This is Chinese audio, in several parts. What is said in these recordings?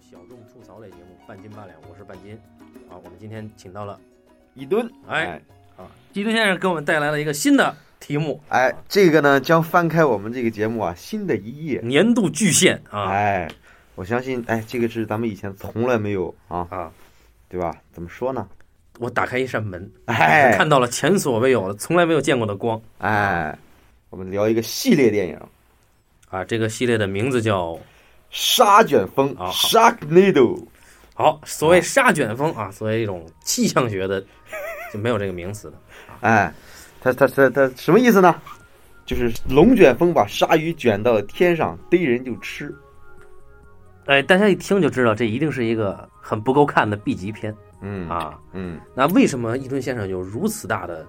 小众吐槽类节目《半斤八两》，我是半斤。啊，我们今天请到了一吨，哎，基顿先生给我们带来了一个新的题目哎，这个呢将翻开我们这个节目啊新的——一页，年度巨献啊哎，我相信，哎，这个是咱们以前从来没有啊，啊！对吧？怎么说呢？我打开一扇门，哎看到了前所未有的、从来没有见过的光哎，我们聊一个系列电影《啊！这个系列的名字叫沙卷风啊》好 （Sharknado）。好，所谓沙卷风啊，所谓一种气象学的就没有这个名词的。哎，它它它它什么意思呢？就是龙卷风把鲨鱼卷到天上逮人就吃。哎，大家一听就知道，这一定是一个很不够看的 B 级片嗯啊！嗯那为什么伊顿先生有如此大的？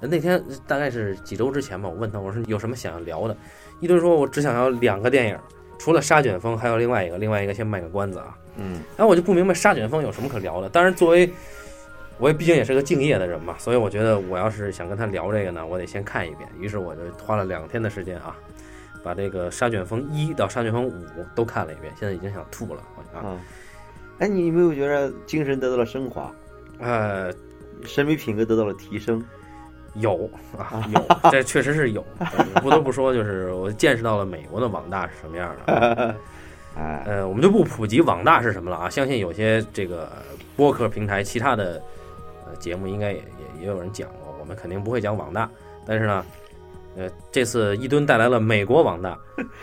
那天大概是几周之前吧，我问他，我说有什么想要聊的？伊顿说，我只想要两个电影，除了《沙卷风》，还有另外一个，另外一个先卖个关子啊。嗯哎，我就不明白《沙卷风》有什么可聊的。当然，作为我也毕竟也是个敬业的人嘛，所以我觉得我要是想跟他聊这个呢，我得先看一遍。于是我就花了两天的时间啊，把这个《沙卷风一》到《沙卷风五》都看了一遍，现在已经想吐了啊。啊。哎，你有没有觉得精神得到了升华，呃，审美品格得到了提升？有啊，有，这确实是有。呃不得不说，就是我见识到了美国的网大是什么样的。哎，呃，我们就不普及网大是什么了啊，相信有些这个播客平台其他的呃节目应该也也也有人讲过，我们肯定不会讲网大。但是呢，呃，这次一吨带来了美国网大，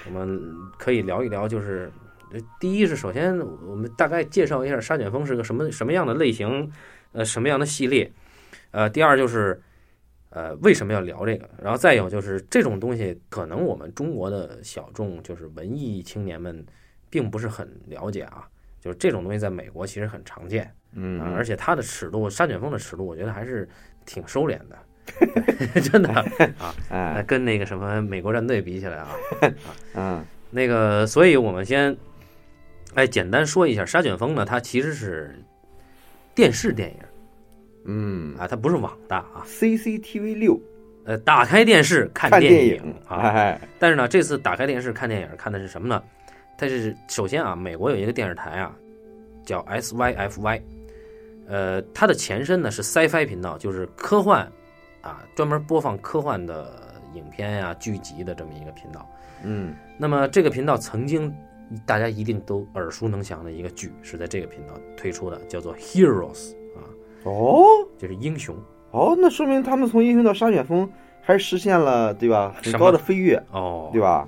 我们可以聊一聊，就是。呃第一是首先，我们大概介绍一下沙卷风是个什么什么样的类型，呃，什么样的系列，呃，第二就是呃，为什么要聊这个？然后再有就是这种东西，可能我们中国的小众，就是文艺青年们，并不是很了解啊。就是这种东西在美国其实很常见，嗯，啊、而且它的尺度，沙卷风的尺度，我觉得还是挺收敛 的，对真的啊，哎呃，跟那个什么美国战队比起来啊，嗯那个，所以我们先，哎，简单说一下沙卷风呢，它其实是电视电影嗯啊，它不是网大啊， ，CCTV 六呃，打开电视看看电影啊，哎，但是呢，这次打开电视看电影看的是什么呢？它是首先啊，美国有一个电视台啊，叫 SYFY，呃，它的前身呢是 Sci-Fi 频道，就是科幻啊，专门播放科幻的影片呀、剧集的这么一个频道。嗯那么这个频道曾经大家一定都耳熟能详的一个剧是在这个频道推出的，叫做 Heroes 啊，哦就是英雄哦，那说明他们从英雄到沙卷风还是实现了对吧很什么高的飞跃，哦，对吧？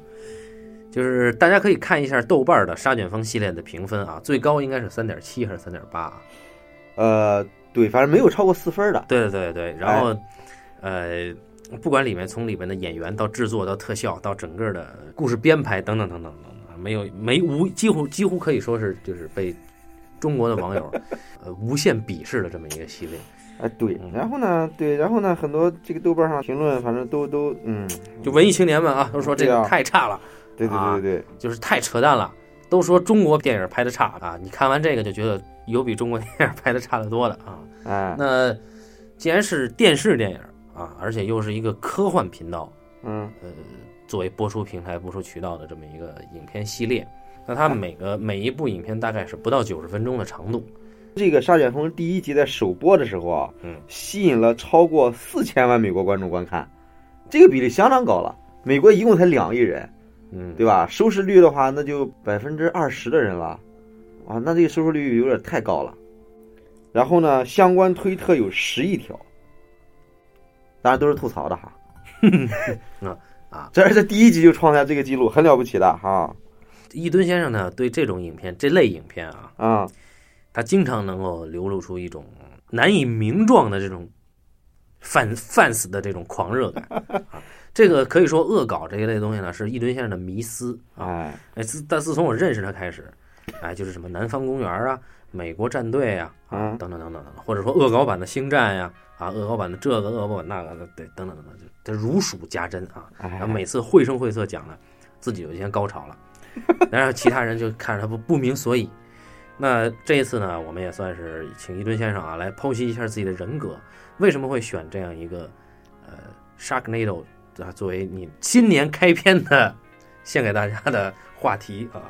就是大家可以看一下豆瓣的沙卷风系列的评分啊，最高应该是三点七还是三点八啊？呃，对，反正没有超过四分的。对对对，然后，哎呃，不管里面从里面的演员到制作到特效到整个的故事编排等等等等等等，没有没无几乎几乎可以说是就是被中国的网 友呃无限鄙视的这么一个系列，哎，对嗯，然后呢，对，然后呢，很多这个豆瓣上评论，反正都都嗯，就文艺青年们啊都说这对个啊太差了，对对对对对，就是太扯淡了，都说中国电影拍的差啊，你看完这个就觉得有比中国电影拍的差得多的啊。哎，那既然是电视电影啊，而且又是一个科幻频道。嗯作为播出平台、播出渠道的这么一个影片系列。那它每个每一部影片大概是不到九十分钟的长度，这个《沙卷风》第一集在首播的时候啊，嗯，吸引了超过四千万美国观众观看，这个比例相当高了。美国一共才两亿人，嗯，对吧？收视率的话，那就百分之二十的人了，啊，那这个收视率有点太高了。然后呢，相关推特有十亿条，当然都是吐槽的哈。 啊啊，这是在第一集就创下这个记录，很了不起的哈一吨先生呢，对这种影片这类影片啊，啊、他经常能够流露出一种难以名状的这种犯犯死的这种狂热感啊。这个可以说恶搞这一类东西呢，是一吨先生的迷思啊。哎，哎，自但自从我认识他开始，哎，就是什么南方公园啊、美国战队啊，啊嗯等等等等等，或者说恶搞版的星战呀、啊，恶搞版的这个，恶搞版那个的，对，等等等等，就这如数家珍啊。然后哎，每次绘声绘色讲呢，自己有一天高潮了，然后其他人就看着他不不明所以。那这一次呢，我们也算是请一吨先生啊来剖析一下自己的人格，为什么会选这样一个呃 Sharknado 啊作为你新年开篇的献给大家的话题啊？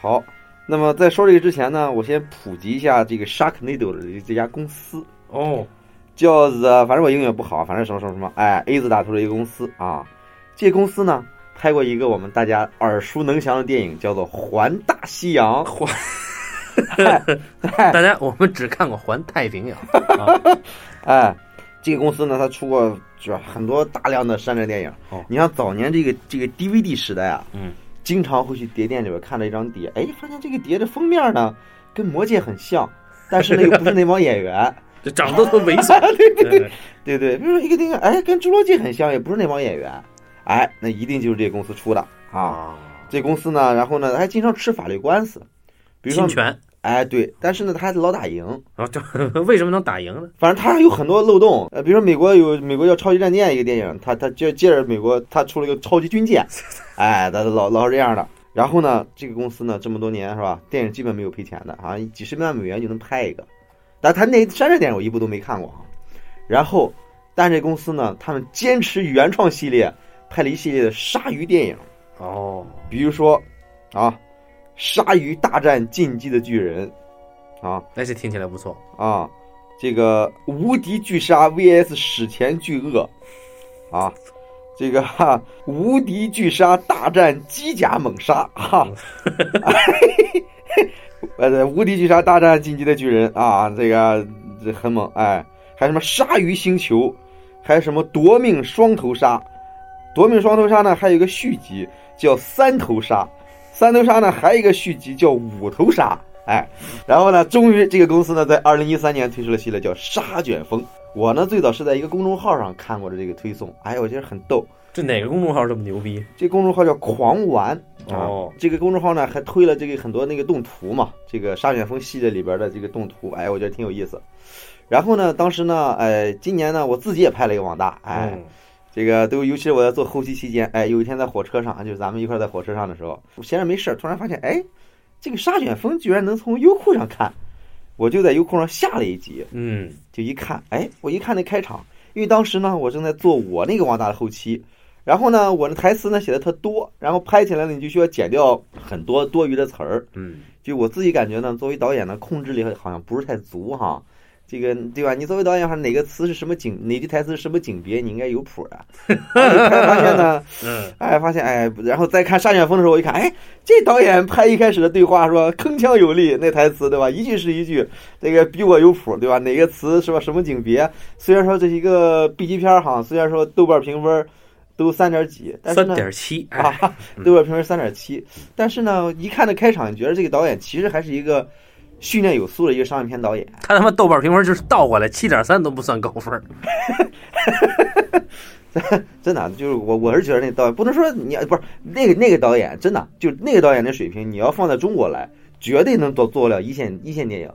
好，那么在说这个之前呢，我先普及一下这个 Sharknado 的这家公司，哦，叫 The，反正我英语也不好，反正什么什么什么，哎，A 字打头的一个公司啊。这公司呢，拍过一个我们大家耳熟能详的电影，叫做《环大西洋》。环哎，哎大家我们只看过《环太平洋》啊，哎，这个公司呢，它出过主要很多大量的山寨电影。哦你像早年这个这个 DVD 时代啊，嗯，经常会去碟店里边看到一张碟，哎，发现这个碟的封面呢跟《魔戒》很像，但是呢又不是那帮演员， 这长得都猥琐， 对对对，对对，比如说一个电影，哎，跟《侏罗纪》很像，也不是那帮演员，哎，那一定就是这个公司出的啊。啊，这公司呢，然后呢还经常吃法律官司，比如侵说，权，哎，对，但是呢他还老打赢。然后这啊 为什么能打赢呢？反正它有很多漏洞，呃，比如说美国有美国叫《超级战舰》一个电影，它它接接着美国它出了一个超级军舰， 哎，它老老是这样的。然后呢，这个公司呢这么多年是吧，电影基本没有赔钱的，好像几十万美元就能拍一个。但它那山寨电影我一部都没看过啊。然后，但这公司呢，他们坚持原创系列，拍了一系列的鲨鱼电影，哦，比如说啊，《鲨鱼大战进击的巨人》啊，那这听起来不错，啊，这个无敌巨鲨 VS 史前巨鳄，啊，这个哈、无敌巨鲨大战机甲猛鲨哈，呃、对无敌巨鲨大战进击的巨人啊，这个这很猛哎，还有什么鲨鱼星球，还有什么夺命双头鲨，夺命双头鲨呢还有一个续集叫三头鲨，三头鲨呢还有一个续集叫五头鲨，哎。然后呢，终于这个公司呢，在二零一三年推出了系列叫“沙卷风”。我呢，最早是在一个公众号上看过的这个推送，哎，我觉得很逗。这哪个公众号这么牛逼？这公众号叫“狂玩”啊哦这个公众号呢还推了这个很多那个动图嘛，这个沙卷风系列里边的这个动图，哎，我觉得挺有意思。然后呢，当时呢，哎，今年呢，我自己也拍了一个网大，哎，嗯，这个都，尤其是我在做后期期间，哎，有一天在火车上，就是咱们一块儿在火车上的时候，我闲着没事儿，突然发现，哎，这个沙卷风居然能从优酷上看，我就在优酷上下了一集，嗯，就一看，哎，我一看那开场，因为当时呢，我正在做我那个王大的后期，然后呢，我的台词呢写的特多，然后拍起来呢，你就需要剪掉很多多余的词儿，嗯，就我自己感觉呢，作为导演呢，控制力好像不是太足哈。这个对吧？你作为导演，哈，哪个词是什么景，哪句台词是什么景别，你应该有谱的。然后你才发现呢，嗯，哎，发现哎，然后再看《沙卷风》的时候，我一看，哎，这导演拍一开始的对话说铿锵有力，那台词对吧？一句是一句，这个比我有谱对吧？哪个词是吧？什么景别？虽然说这是一个 B 级片儿哈，虽然说豆瓣评分都三点几，但是三呢，点七，哎，啊， 对我评分三点七。但是呢，一看这开场，你觉得这个导演其实还是一个训练有素的一个商业片导演。他他妈豆瓣评分就是倒过来，七点三都不算高分儿，真的，啊就是我我是觉得那导演不能说你不是那个那个导演，真的啊就那个导演的水平，你要放在中国来，绝对能做做得了一线一线电影。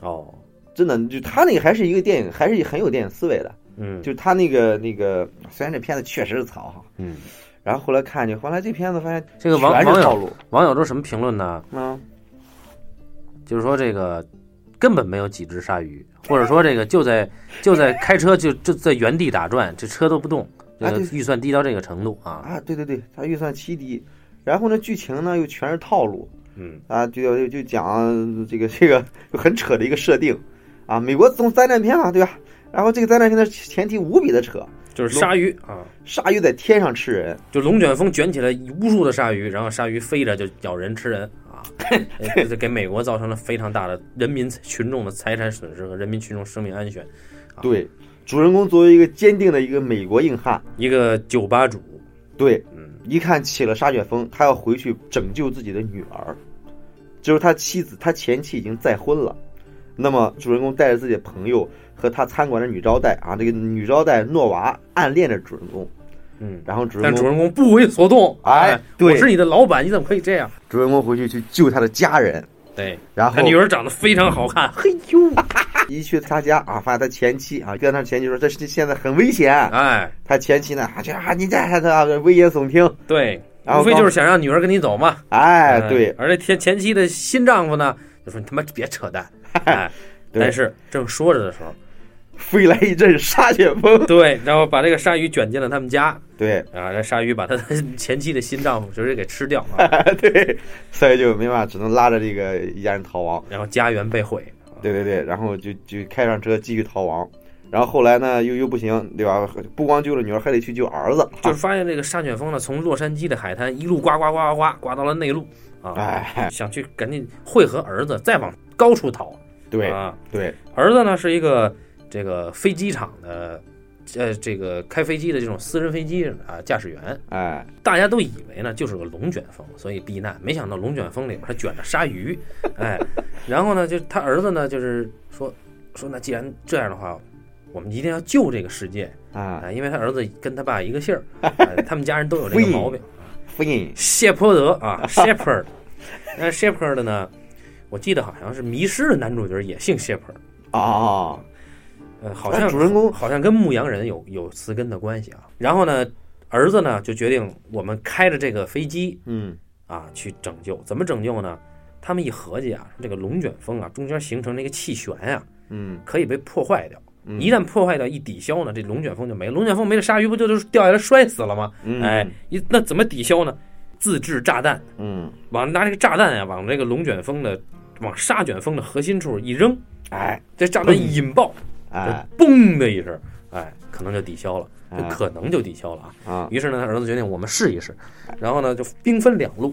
哦，真的，就他那个还是一个电影，还是很有电影思维的。嗯，就是他那个那个，虽然这片子确实是糙哈，嗯，然后后来看就后来这片子发现这个网全网是套友路，网友都什么评论呢？嗯，就是说这个根本没有几只鲨鱼，或者说这个就在就在开车就就在原地打转，这车都不动，这啊个对预算低到这个程度啊，啊，对对对，他预算七低，然后呢，剧情呢又全是套路嗯，啊，就就就讲这个这个就很扯的一个设定啊，美国总灾难片嘛，对吧？然后这个灾难片的前提无比的扯，就是鲨鱼啊，鲨鱼在天上吃人，就龙卷风卷起来无数的鲨鱼，然后鲨鱼飞着就咬人吃人 啊，这这给美国造成了非常大的人民群众的财产损失和人民群众生命安全。对，主人公作为一个坚定的一个美国硬汉，一个酒吧主，对，嗯一看起了沙卷风，他要回去拯救自己的女儿，就是他妻子，他前妻已经再婚了。那么主人公带着自己的朋友和他餐馆的女招待啊，这个女招待诺娃暗恋着主人公，嗯，然后主人但主公人公不为所动，啊哎对我是你的老板，你怎么可以这样？主人公回去去救他的家人，对，然他后女儿长得非常好看嘿呦，一去他家啊，发现他前妻啊跟他前妻说这是现在很危险，啊哎，他前妻呢啊这啊你这还他危言耸听，对，然后无非就是刚想让女儿跟你走嘛。哎嗯对，而这前前妻的新丈夫呢，就说你他妈别扯淡。哎，对但是正说着的时候，飞来一阵沙旋风。对，然后把这个鲨鱼卷进了他们家对啊，这鲨鱼把他的前妻的新丈夫直接给吃掉啊，对，所以就没办法，只能拉着这个一家人逃亡。然后家园被毁。对对对，然后就就开上车继续逃亡。然后后来呢，又又不行，对吧？不光救了女儿，还得去救儿子。就是啊发现这个沙卷风呢，从洛杉矶的海滩一路刮刮刮刮刮刮到了内陆啊，哎，想去赶紧会合儿子，再往高处逃。对啊，对，儿子呢是一个这个飞机场的，呃，这个开飞机的这种私人飞机啊驾驶员。哎，大家都以为呢就是个龙卷风，所以避难。没想到龙卷风里边还卷着鲨 鱼，哎，然后呢，就他儿子呢，就是说说那既然这样的话，我们一定要救这个世界啊，啊、哎因为他儿子跟他爸一个姓 儿、哎他们家人都有这个毛病。复印，谢泼德啊，Shepherd，那 Shepherd 呢，我记得好像是《迷失》的男主角也姓 Shepherd，啊，呃，好像主人公好像跟牧羊人有有词根的关系啊。然后呢，儿子呢就决定我们开着这个飞机嗯，啊去拯救。怎么拯救呢？他们一合计啊，这个龙卷风啊，中间形成这个气旋啊，嗯，可以被破坏掉。嗯一旦破坏掉一抵消呢，这龙卷风就没了。龙卷风没了，鲨鱼不就就掉下来摔死了吗？嗯哎，，一那怎么抵消呢？自制炸弹，嗯，往拿这个炸弹啊，往这个龙卷风的，往沙卷风的核心处一扔，哎，这炸弹一引爆，哎，就嘣的一声，哎，可能就抵消了，就哎可能就抵消了啊。啊，于是呢，儿子决定我们试一试，然后呢就兵分两路，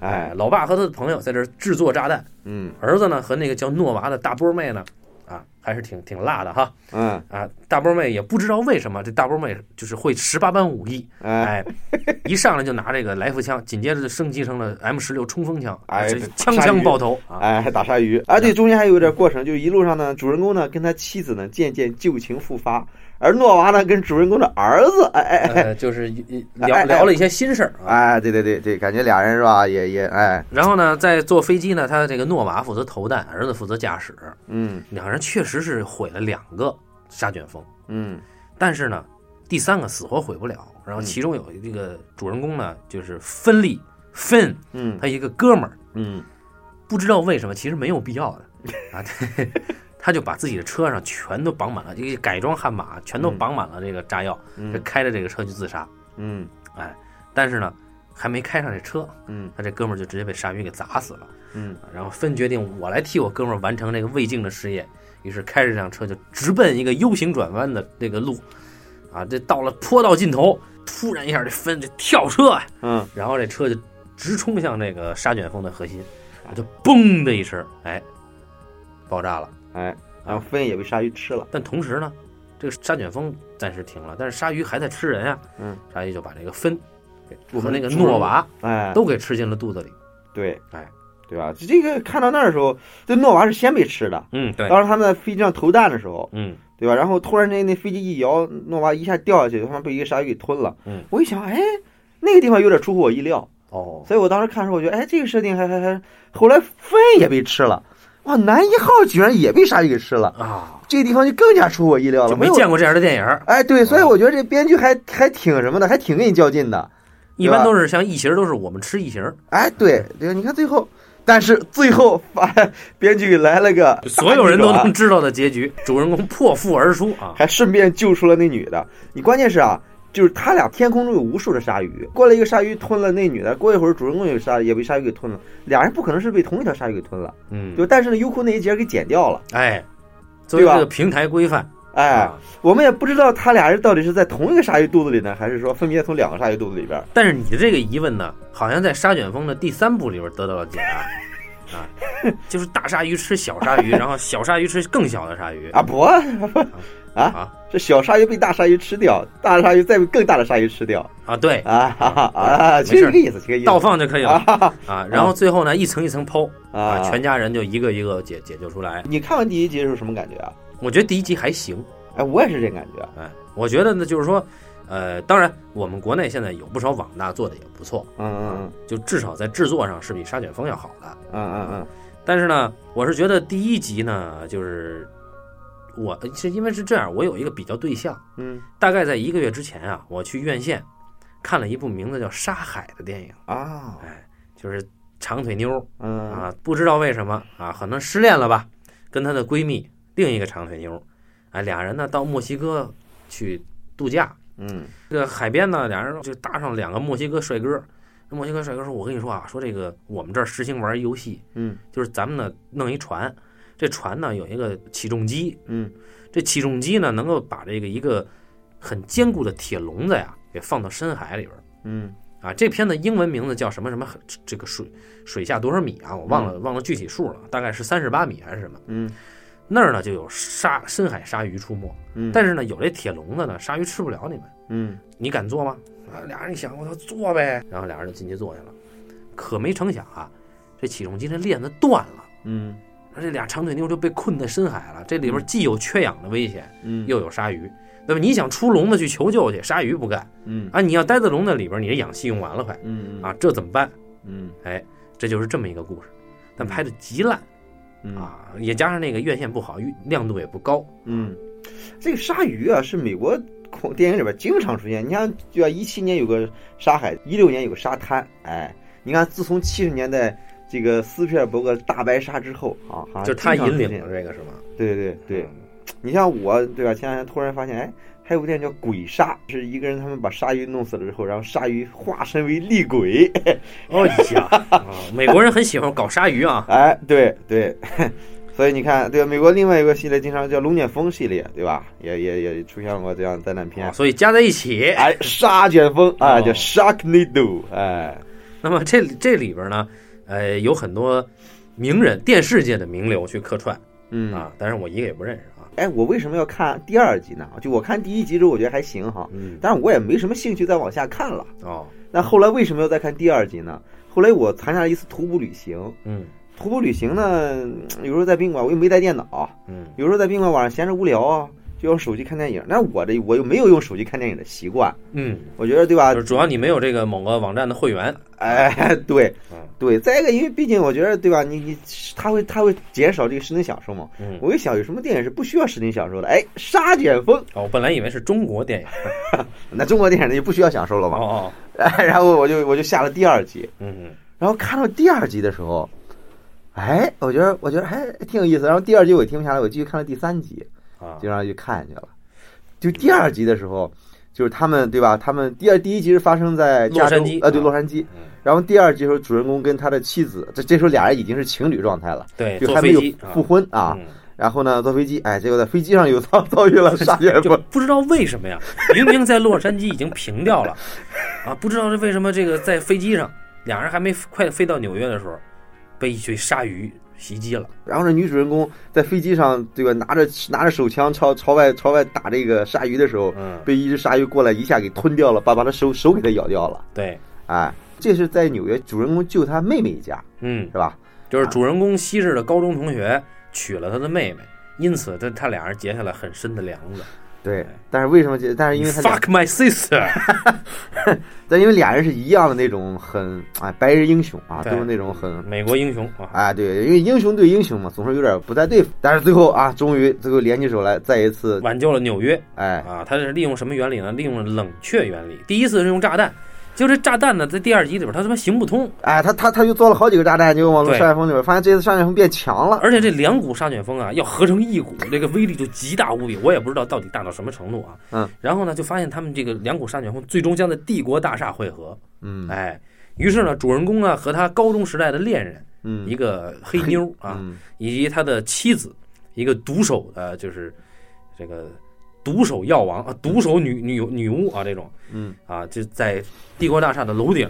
哎，，老爸和他的朋友在这儿制作炸弹，嗯，儿子呢和那个叫诺娃的大波妹呢，啊，还是挺挺辣的哈嗯，啊，大波妹也不知道为什么这大波妹就是会十八般武艺，哎，哎，一上来就拿这个来福枪，紧接着就升级成了 M 十六冲锋枪，啊哎这这枪鲨枪鱼爆头啊，哎，打鲨鱼啊！对，中间还有一点过程，就是一路上呢，主人公呢跟他妻子呢渐渐旧情复发，而诺娃呢跟主人公的儿子，哎哎哎呃，就是一一哎聊哎聊了一些心事儿啊。哎，对对对对，感觉俩人是吧？也也哎，然后呢，在坐飞机呢，他这个诺娃负责投弹，儿子负责驾驶，嗯两人确实是毁了两个沙卷风，嗯但是呢，第三个死活毁不了。然后嗯其中有这个主人公呢，就是芬利芬，嗯他一个哥们儿，嗯不知道为什么，其实没有必要的啊。 他就把自己的车上全都绑满了，这个改装悍马全都绑满了这个炸药，就嗯开着这个车去自杀。嗯但是呢，还没开上这车，嗯他这哥们儿就直接被鲨鱼给砸死了。嗯，然后芬决定我来替我哥们儿完成这个未竟的事业，于是开着这辆车就直奔一个 U 型转弯的这个路，啊，这到了坡道尽头，突然一下这芬这跳车啊，嗯然后这车就直冲向这个沙卷风的核心，啊就嘣的一声，哎，爆炸了。哎，然后芬也被鲨鱼吃了，但同时呢，这个沙卷风暂时停了，但是鲨鱼还在吃人啊，嗯，鲨鱼就把这个芬给我和那们个猪肉诺娃哎，都给吃进了肚子里。对，哎，对吧？这个看到那儿的时候，这诺娃是先被吃的，嗯，对，当时他们在飞机上投弹的时候，嗯，对吧？然后突然间那飞机一摇，诺娃一下掉下去，他妈被一个鲨鱼给吞了。嗯，我一想，哎，那个地方有点出乎我意料，哦，所以我当时看的时候，我觉得，哎，这个设定还还还。后来芬也被吃了，哇，男一号居然也被鲨鱼给吃了，啊，这个地方就更加出乎我意料就了，没有。见过这样的电影儿。哎，对，所以我觉得这编剧还还挺什么的，还挺跟你较劲的。一般都是像异形，都是我们吃异形，哎，对，对，你看最后，但是最后把 编剧来了个大逆转，所有人都能知道的结局，啊 主人公破腹而出啊！还顺便救出了那女的。你关键是啊，就是他俩天空中有无数的鲨鱼，过来一个鲨鱼吞了那女的，过一会儿主人公有鲨也被鲨鱼给吞了，俩人不可能是被同一条鲨鱼给吞了，嗯，就但是呢，优酷那一节给剪掉了。哎，作为对吧这个平台规范，哎，啊，我们也不知道他俩人到底是在同一个鲨鱼肚子里呢，还是说分别从两个鲨鱼肚子里边？但是你的这个疑问呢，好像在《沙卷风》的第三部里边得到了解答。 啊，就是大鲨鱼吃小鲨鱼，然后小鲨鱼吃更小的鲨鱼啊不，啊这小鲨鱼被大鲨鱼吃掉，大鲨鱼再被更大的鲨鱼吃掉啊！对，啊哈哈啊！没其实事这个意思，这个意倒思放就可以了啊。然后最后呢，一层一层剖啊，啊。全家人就一个一个解解救出来。你看完第一集的时候什么感觉啊？我觉得第一集还行，哎，我也是这感觉。哎，我觉得呢，就是说，呃，当然我们国内现在有不少网大做的也不错，嗯嗯就至少在制作上是比《沙卷风》要好的。嗯嗯嗯但是呢，我是觉得第一集呢，就是我呃是因为是这样，我有一个比较对象，嗯大概在一个月之前啊，我去院线看了一部名字叫《沙海》的电影，嗯啊哎，就是长腿妞嗯啊啊，不知道为什么啊，可能失恋了吧，跟她的闺蜜另一个长腿妞哎，俩人呢到墨西哥去度假，嗯这个海边呢，俩人就搭上两个墨西哥帅哥。那墨西哥帅哥说：“我跟你说啊，说这个我们这儿实行玩一游戏，嗯就是咱们呢弄一船，这船呢有一个起重机，嗯这起重机呢能够把这个一个很坚固的铁笼子呀给放到深海里边儿嗯啊。这片的英文名字叫什么什么？这个水水下多少米啊？我忘了忘了具体数了，大概是三十八米还是什么？嗯那儿呢就有鲨深海鲨鱼出没，嗯，但是呢有这铁笼子呢，鲨鱼吃不了你们。”嗯你敢坐吗？啊，俩人一想，我操，坐呗。然后俩人就进去坐下了。可没成想啊，这起重机的链子断了，嗯那这俩长腿妞就被困在深海了。这里边既有缺氧的危险，嗯又有鲨鱼。那么你想出笼子去求救去，鲨鱼不干嗯啊！你要待在笼子里边，你的氧气用完了快嗯啊，这怎么办？哎嗯这就是这么一个故事，但拍的极烂嗯啊，也加上那个院线不好，亮度也不高。嗯，这个鲨鱼啊，是美国恐电影里边经常出现。你看，对吧？一七年有个沙海，一六年有个沙滩，哎，你看，自从七十年代这个斯皮尔伯格大白鲨之后啊，好像就是他经常引领出现了这个是吗？对对对，嗯，你像我，对吧？前两天突然发现，哎，还有部电影叫《鬼鲨》，是一个人他们把鲨鱼弄死了之后，然后鲨鱼化身为厉鬼，哦一呀，啊美国人很喜欢搞鲨鱼啊。哎，对对， 所以你看，对吧？美国另外一个系列经常叫《龙卷风》系列，对吧？也也也出现过这样的灾难片啊，。所以加在一起， 哎，沙卷风啊，哦叫 Sharknado，哎，那么这这里边呢，呃，有很多名人，电视界的名流去客串嗯，啊，但是我一个也不认识啊。哎，我为什么要看第二集呢？就我看第一集之后，我觉得还行哈，嗯，但是我也没什么兴趣再往下看了。哦，那后来为什么要再看第二集呢？后来我参加了一次徒步旅行，嗯徒步旅行呢，有时候在宾馆我又没带电脑，嗯有时候在宾馆晚上闲着无聊啊，就用手机看电影。那我这我又没有用手机看电影的习惯，嗯，我觉得对吧就？是主要你没有这个某个网站的会员，哎，对嗯对，再一个，因为毕竟我觉得对吧？你你他会他会减少这个视听享受嘛。嗯，我一想，有什么电影是不需要视听享受的？哎，《沙卷风》，哦，我本来以为是中国电影，那中国电影就不需要享受了哦嘛。哦，哎， 然后我就我就下了第二集，嗯然后看到第二集的时候，哎，我觉得我觉得还挺有意思。然后第二集我也听不下来，我继续看了第三集，啊就，让去看下去了。就第二集的时候，就是他们对吧？他们第二第一集是发生在加州洛杉矶呃，对，啊洛杉矶。嗯然后第二集的时候，主人公跟他的妻子，这这时候俩人已经是情侣状态了，对，就坐还没飞有机啊复婚啊。嗯然后呢，坐飞机，哎，结果在飞机上又遭 遭遇了杀人就魔。不知道为什么呀， 明明在洛杉矶已经平掉了，啊，不知道是为什么这个在飞机上，俩人还没快飞到纽约的时候，被一群鲨鱼袭击了。然后呢，女主人公在飞机上，这个拿着拿着手枪朝朝外朝外打这个鲨鱼的时候，嗯，被一只鲨鱼过来一下给吞掉了，把把他手手给他咬掉了。对，哎，这是在纽约，主人公救他妹妹一家，嗯，是吧？就是主人公西式的高中同学娶了他的妹妹，因此他他俩人结下了很深的梁 子。对，但是为什么？哎但是因为他俩 fuck my sister，但因为俩人是一样的那种很哎白人英雄啊，都对是那种很美国英雄啊，啊，对，因为英雄对英雄嘛，总是有点不太对付。但是最后啊，终于最后联起手来，再一次挽救了纽约哎，啊。他是利用什么原理呢？利用了冷却原理。第一次是用炸弹，就这炸弹呢，在第二集里边它他妈行不通，哎，他他他就做了好几个炸弹，结果往对沙旋风里边发现这次沙旋风变强了，而且这两股沙卷风啊要合成一股，这个威力就极大无比。我也不知道到底大到什么程度啊。嗯，然后呢，就发现他们这个两股沙卷风最终将在帝国大厦汇合。嗯哎，于是呢，主人公啊和他高中时代的恋人。一嗯个黑妞 啊，嗯以及他的妻子，一个毒手的，就是这个毒手药王啊，毒手女女女巫啊，这种嗯啊，就在帝国大厦的楼顶，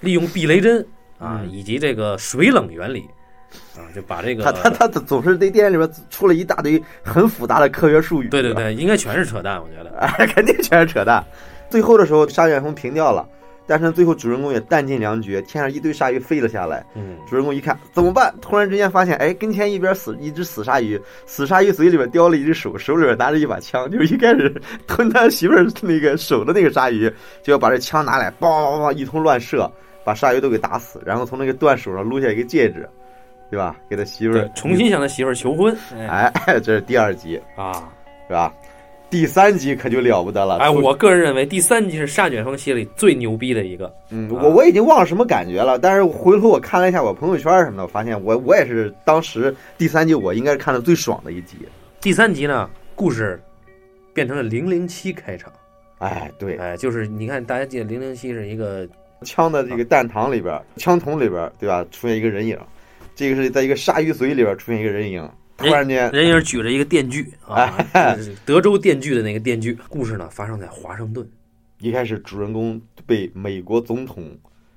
利用避雷针啊，嗯以及这个水冷原理啊，就把这个他他他他总是这电影里边出了一大堆很复杂的科学术语，对对是吧，对，应该全是扯淡，我觉得。哎， 肯定全是扯淡。最后的时候，沙旋风平掉了，但是最后主人公也弹尽粮绝，天上一堆鲨鱼飞了下来。嗯，主人公一看怎么办？突然之间发现，哎，跟前一边死一只死鲨鱼，死鲨鱼嘴里边叼了一只手，手里边拿着一把枪，就是一开始吞他媳妇儿那个手的那个鲨鱼，就要把这枪拿来，梆梆梆梆一通乱射，把鲨鱼都给打死，然后从那个断手上撸下一个戒指，对吧？给他媳妇儿对，重。新向他媳妇儿求婚，哎哎， 这是第二集，啊，是吧？第三集可就了不得了。哎，我个人认为第三集是沙卷风系列里最牛逼的一个，嗯，啊我我已经忘了什么感觉了，但是回头我看了一下我朋友圈什么的，我发现我我也是当时第三集我应该是看的最爽的一集。第三集呢，故事变成了零零七开场。哎，对，哎，就是你看，大家记得零零七是一个枪的这个弹膛里边儿，枪筒里边儿，对吧？出现一个人影，这个是在一个鲨鱼嘴里边儿出现一个人影，突然间，人影举着一个电锯啊，就是 德州电锯的那个电锯。故事呢发生在华盛顿一开始主人公被美国总统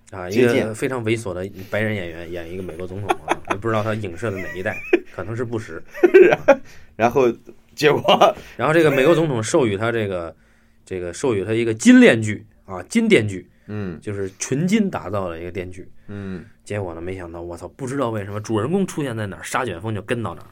啊，一接见个非常猥琐的白人演员演一个美国总统啊，也不知道他影射的哪一代，可能是布什。然后结果然后这个美国总统授予他这个这个授予他一个金链锯啊，金电锯，嗯就是纯金打造的一个电锯。嗯，结果呢，没想到我操，不知道为什么主人公出现在哪儿，沙卷风就跟到哪儿，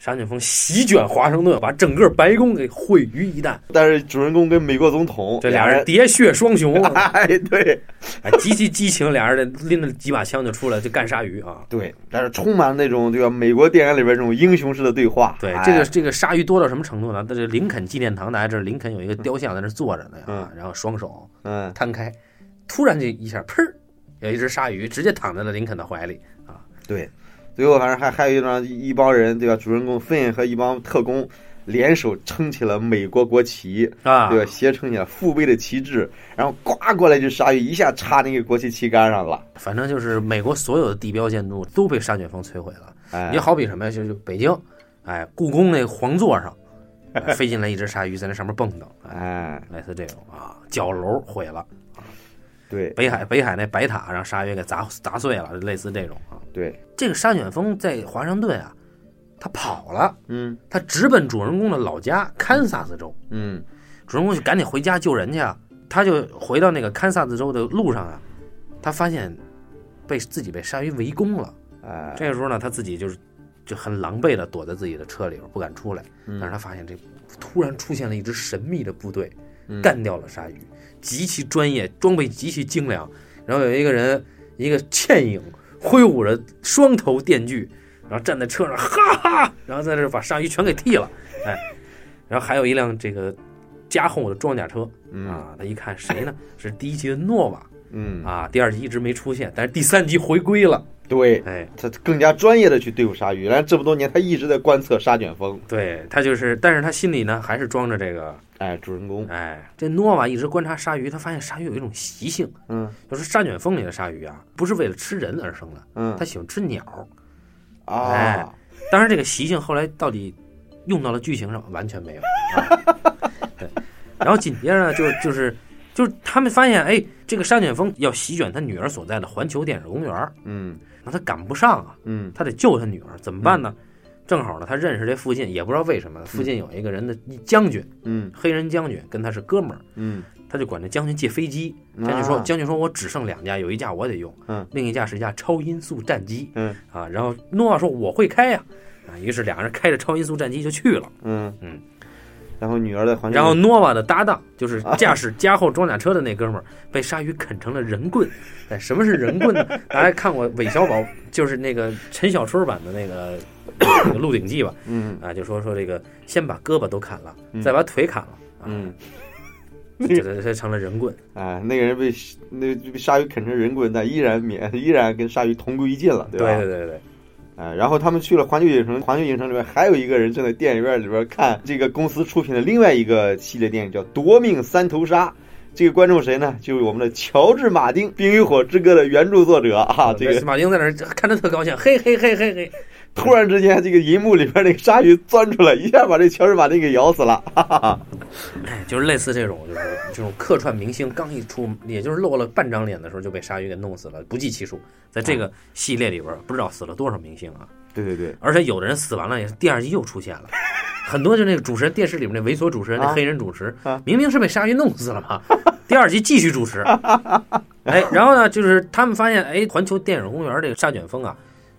沙卷风席卷华盛顿，把整个白宫给毁于一旦。但是主人公跟美国总统这俩人喋血双雄，啊 哎，对哎，极其激情，俩人拎着几把枪就出来就干鲨鱼啊。对，但是充满那种对吧？美国电影里边这种英雄式的对话，对，哎这个这个鲨鱼多到什么程度呢？在这林肯纪念堂，大家知道林肯有一个雕像在那儿坐着呢啊，然后双手嗯，摊开，突然就一下，砰儿，有一只鲨鱼直接躺在了林肯的怀里。对，最后反正还还有一张一帮人对吧？主人公芬和一帮特工联手撑起了美国国旗，啊，对吧？斜撑起来父辈的旗帜，然后呱过来一只鲨鱼，一下插那个国旗旗杆上了。反正就是美国所有的地标建筑都被沙卷风摧毁了。哎你就，好比什么呀？就是北京，哎，故宫那皇座上、 哎飞进来一只鲨鱼，在那上面蹦跶，哎，哎，类似这种啊，角楼毁了，对北海北海那白塔让鲨鱼给砸砸碎了，类似这种啊。对，这个沙卷风在华盛顿啊，他跑了，嗯他直奔主人公的老家堪萨斯州，嗯主人公就赶紧回家救人去啊。他就回到那个堪萨斯州的路上啊，他发现被自己被鲨鱼围攻了。哎，这个时候呢，他自己就是就很狼狈的躲在自己的车里边，不敢出来。但是他发现这突然出现了一支神秘的部队，嗯干掉了鲨鱼，极其专业，装备极其精良。然后有一个人，一个倩影，挥舞着双头电锯，然后站在车上，哈哈，然后在这把鲨鱼全给剃了，哎，然后还有一辆这个加厚的装甲车嗯啊，他一看谁呢？是第一集的诺瓦嗯，啊，第二集一直没出现，但是第三集回归了，对。哎，他更加专业的去对付鲨鱼，然后这么多年他一直在观测沙卷风。对他就是，但是他心里呢还是装着这个，哎，主人公，哎，这诺瓦一直观察鲨鱼，他发现鲨鱼有一种习性，嗯就是沙卷风里的鲨鱼啊，不是为了吃人而生的，嗯它喜欢吃鸟。哎啊，当然，这个习性后来到底用到了剧情上完全没有。 啊、对，然后紧接着呢，就就是就是他们发现，哎，这个沙卷风要席卷他女儿所在的环球电影公园儿，嗯那他赶不上啊，嗯他得救他女儿，怎么办呢？正好呢，他认识这附近，也不知道为什么，附近有一个人的一将军。嗯黑人将军跟他是哥们儿，嗯他就管这将军借飞机。将军说：“啊将军说我只剩两架，有一架我得用，嗯，另一架是一架超音速战机，嗯啊。”然后诺瓦说：“我会开呀、啊。”于是俩人开着超音速战机就去了。嗯嗯，然后女儿在环然后球诺瓦的搭档就是驾驶加厚装甲车的那哥们儿，被鲨鱼啃成了人棍。哎，什么是人 棍呢？大家看过韦小宝，就是那个陈小春版的那个那个《鹿鼎记》吧？嗯啊，就说说这个先把胳膊都砍了，嗯再把腿砍了，嗯，啊，这这这成了人棍。哎，那个人被那被鲨鱼啃成人棍，但依然免依然跟鲨鱼同归于尽了，对吧？对对对。哎，然后他们去了环球影城，环球影城里面还有一个人正在电影院里边看这个公司出品的另外一个系列电影，叫《夺命三头鲨》。这个观众谁呢？就是我们的乔治·马丁，《冰与火之歌》的原著作者啊。这个马丁在嗯那儿看着特高兴，嘿嘿嘿嘿嘿，突然之间，这个银幕里边那个鲨鱼钻出来，一下把这乔治·马丁给咬死了。哈哈哈。哎，就是类似这种，就是这种客串明星刚一出，也就是露了半张脸的时候就被鲨鱼给弄死了，不计其数。在这个系列里边，不知道死了多少明星啊！对对对，而且有的人死完了，也是第二集又出现了。很多就那个主持人，电视里面那猥琐主持人，那啊黑人主持啊，明明是被鲨鱼弄死了嘛，第二集继续主持。哎，然后呢，就是他们发现，哎，环球电影公园这个沙卷风啊，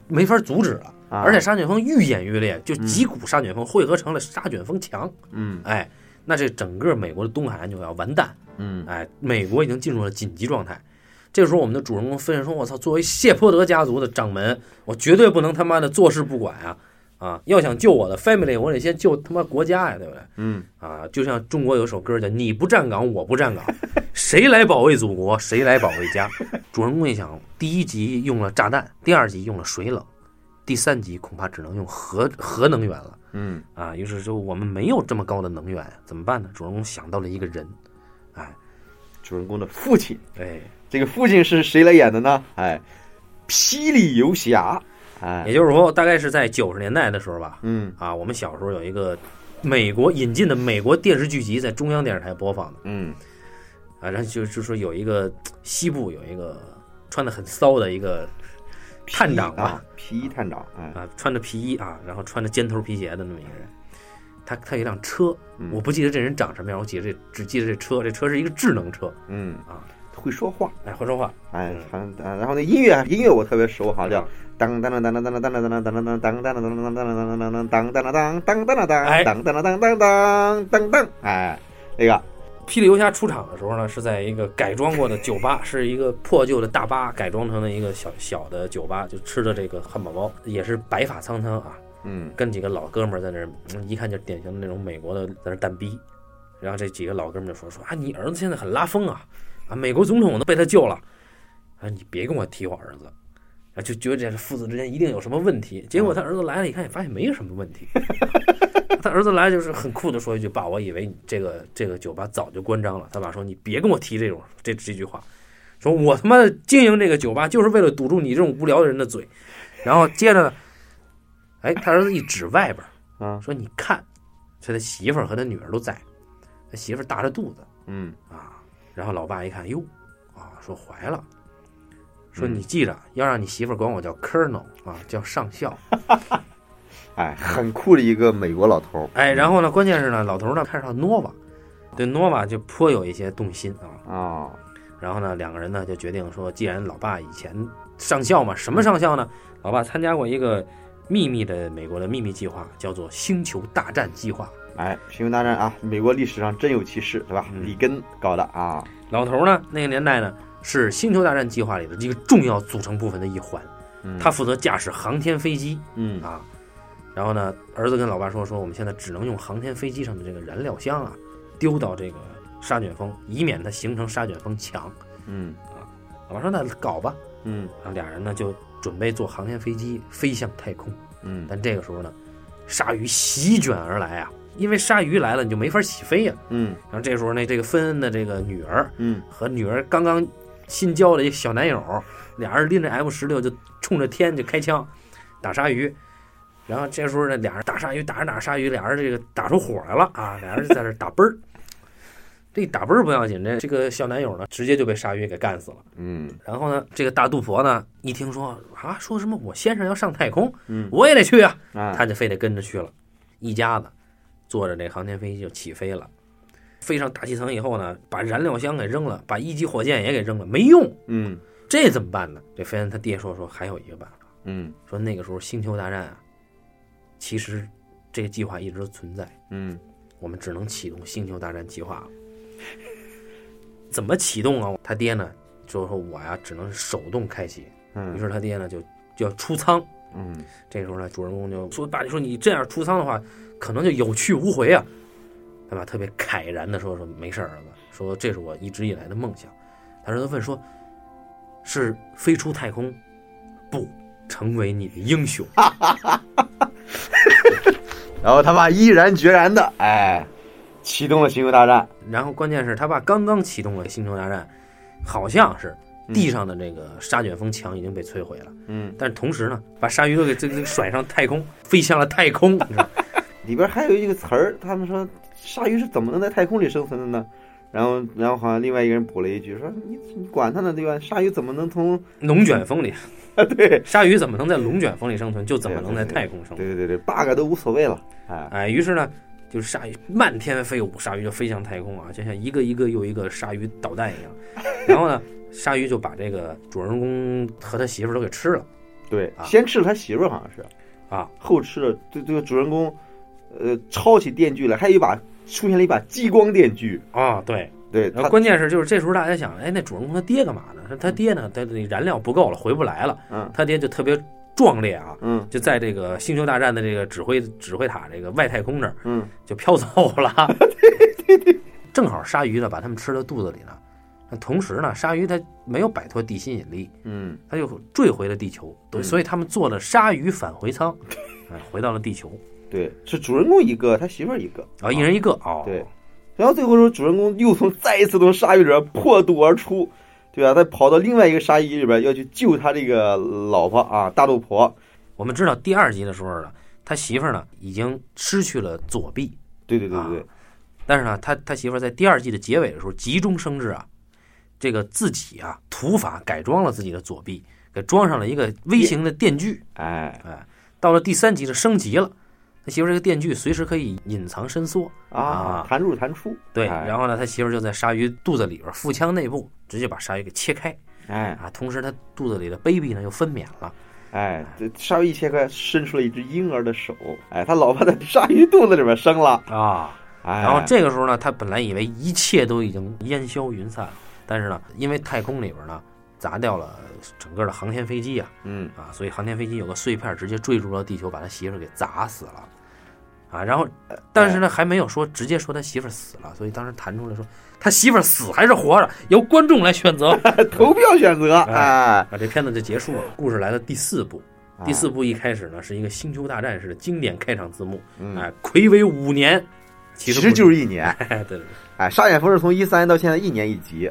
没法阻止了，啊而且沙卷风愈演愈烈，就几股沙卷风汇合成了沙卷风墙。嗯哎，那这整个美国的东海岸就要完蛋，嗯哎，美国已经进入了紧急状态。这时候，我们的主人公芬恩说：“我操，作为谢泼德家族的掌门，我绝对不能他妈的坐视不管啊！啊，要想救我的 family，我得先救他妈国家呀，对不对？嗯，啊，就像中国有首歌叫‘你不站岗，我不站岗， 谁来保卫祖国，谁来保卫家’。”主人公一想，第一集用了炸弹，第二集用了水冷，第三集恐怕只能用核核能源了。嗯啊，于是说我们没有这么高的能源，怎么办呢？主人公想到了一个人，哎主人公的父亲，哎，这个父亲是谁来演的呢？哎，霹雳游侠，哎，也就是说，大概是在九十年代的时候吧，嗯啊，我们小时候有一个美国引进的美国电视剧集，在中央电视台播放的嗯啊，然后就就说有一个西部有一个穿的很骚的一个探长皮吧啊，皮衣探长，哎，啊，穿着皮衣啊，然后穿着尖头皮鞋的那么一个人，他他有一辆车，嗯我不记得这人长什么样，我记得这只记得这车，这车是一个智能车，嗯啊，会说话，哎，会说话，哎嗯，反正啊然后那音乐音乐我特别熟哈，叫当当当当当当当当当当当当当当当当当当当当当当当当当当当当当当当当当当当，哎，那个，霹雳游侠出场的时候呢，是在一个改装过的酒吧，是一个破旧的大巴改装成了一个小小的酒吧，就吃着这个汉堡包，也是白发苍苍啊，嗯跟几个老哥们儿在那儿，嗯一看就是典型的那种美国的在那儿蛋逼。然后这几个老哥们儿就说说啊，你儿子现在很拉风啊，啊，美国总统都被他救了，啊，你别跟我提我儿子，啊，就觉得这父子之间一定有什么问题。结果他儿子来了，一看也发现没有什么问题。他儿子来就是很酷的说一句：“爸，我以为你这个这个酒吧早就关张了。”他爸说：“你别跟我提这种这这句话，说我他妈的经营这个酒吧就是为了堵住你这种无聊的人的嘴。”然后接着呢，哎，他儿子一指外边儿啊说：“你看，他的媳妇儿和他女儿都在，他媳妇儿大着肚子嗯啊。”然后老爸一看，哟，啊，说怀了，说你记着要让你媳妇儿管我叫 Colonel 啊，叫上校。哎，很酷的一个美国老头，哎，然后呢，关键是呢，老头儿呢看上 Nova，对 Nova 就颇有一些动心啊。啊，然后呢，两个人呢就决定说，既然老爸以前上校嘛，什么上校呢？老爸参加过一个秘密的美国的秘密计划，叫做星球大战计划。哎，星球大战啊，美国历史上真有其事，对吧？里根搞的啊，老头儿呢，那个年代呢是星球大战计划里的一个重要组成部分的一环，他负责驾驶航天飞机嗯啊。然后呢，儿子跟老爸说：“说我们现在只能用航天飞机上的这个燃料箱啊，丢到这个沙卷风，以免它形成沙卷风墙。嗯”老爸说：“那搞吧。嗯”啊，俩人呢就准备坐航天飞机飞向太空。嗯但这个时候呢，鲨鱼席卷而来啊，因为鲨鱼来了你就没法起飞呀、嗯然后这时候呢，这个芬恩的这个女儿嗯和女儿刚刚新交的一个小男友，俩人拎着 F 十六就冲着天就开枪打鲨鱼。然后这时候呢，俩人打鲨鱼，打着打着鲨鱼，俩人这个打出火来了啊！俩人就在这打奔儿， 这一打奔儿不要紧，这这个小男友呢，直接就被鲨鱼给干死了。嗯然后呢，这个大肚婆呢，一听说啊，说什么我先生要上太空，嗯我也得去啊，啊，他就非得跟着去了。一家子坐着这航天飞机就起飞了，飞上大气层以后呢，把燃料箱给扔了，把一级火箭也给扔了，没用，嗯这怎么办呢？这飞恩他爹说说还有一个办法，嗯说那个时候星球大战啊，其实这个计划一直存在，嗯我们只能启动星球大战计划了。怎么启动啊？他爹呢就说我呀只能手动开启，于嗯是他爹呢就就要出舱。嗯这时候呢，主人公就说：“爸，你说你这样出仓的话，可能就有去无回啊。”他爸特别慨然的说：“说没事儿，儿子，说这是我一直以来的梦想。”他儿子问说：“是飞出太空，不成为你的英雄然后他爸毅然决然的，哎，启动了星球大战。？”然后关键是他爸刚刚启动了星球大战，好像是地上的这个沙卷风墙已经被摧毁了，嗯，但是同时呢，把鲨鱼都给这个甩上太空，飞向了太空，你知道吗里边还有一个词儿，他们说鲨鱼是怎么能在太空里生存的呢？然后，然后好像另外一个人补了一句说：“你你管他呢，对吧？鲨鱼怎么能从龙卷风里对鲨鱼怎么能在龙卷风里生存，就怎么能在太空生对存？对对对 bug 都无所谓了，哎，哎，于是呢，就是鲨鱼漫天飞舞，鲨鱼就飞向太空啊，就像一个一个又一个鲨鱼导弹一样。然后呢，鲨鱼就把这个主人公和他媳妇儿都给吃了。对，啊先吃了他媳妇儿好像是啊，后吃了对这个主人公，呃，抄起电锯来，还有一把出现了一把激光电锯，啊，对，对然后他，关键是就是这时候大家想，哎，那主人公他爹干嘛呢？他爹呢，他那燃料不够了，回不来了。嗯他爹就特别壮烈啊，嗯就在这个星球大战的这个指挥指挥塔这个外太空这儿嗯就飘走 了。正好鲨鱼呢把它们吃到肚子里了，那同时呢，鲨鱼它没有摆脱地心引力，嗯它又坠回了地球，对，嗯所以他们坐了鲨鱼返回舱，哎回到了地球。对，是主人公一个，他媳妇儿一个。啊，一人一个哦，对，然后最后说，主人公又从再一次从鲨鱼里边破土而出，对吧、他跑到另外一个鲨鱼里边要去救他这个老婆啊，大肚婆。我们知道第二集的时候呢，他媳妇儿呢已经失去了左臂，对对对对啊对，但是呢，他他媳妇儿在第二季的结尾的时候急中生智啊，这个自己啊土法改装了自己的左臂，给装上了一个微型的电锯。哎到了第三集是升级了，他媳妇儿这个电锯随时可以隐藏伸缩。啊啊，弹入弹出，对，哎然后呢，他媳妇儿就在鲨鱼肚子里边腹腔内部直接把鲨鱼给切开哎啊，同时他肚子里的 baby 呢又分娩了。哎，这鲨鱼一切开，伸出了一只婴儿的手，哎，他老婆在鲨鱼肚子里边生了，啊，哎，然后这个时候呢，他本来以为一切都已经烟消云散了，但是呢，因为太空里边呢砸掉了整个的航天飞机啊，嗯啊，所以航天飞机有个碎片直接坠入到地球，把他媳妇儿给砸死了，啊，然后呃但是呢还没有说直接说他媳妇儿死了，所以当时弹出来说他媳妇儿死还是活着，由观众来选择。啊投票选择，哎，啊，这片子就结束了。故事来到第四部，啊第四部一开始呢是一个星球大战式的经典开场字幕，嗯哎，魁违五年，其其实实不就是一年，哎对对。哎，沙眼风是从一三到现在一年一集，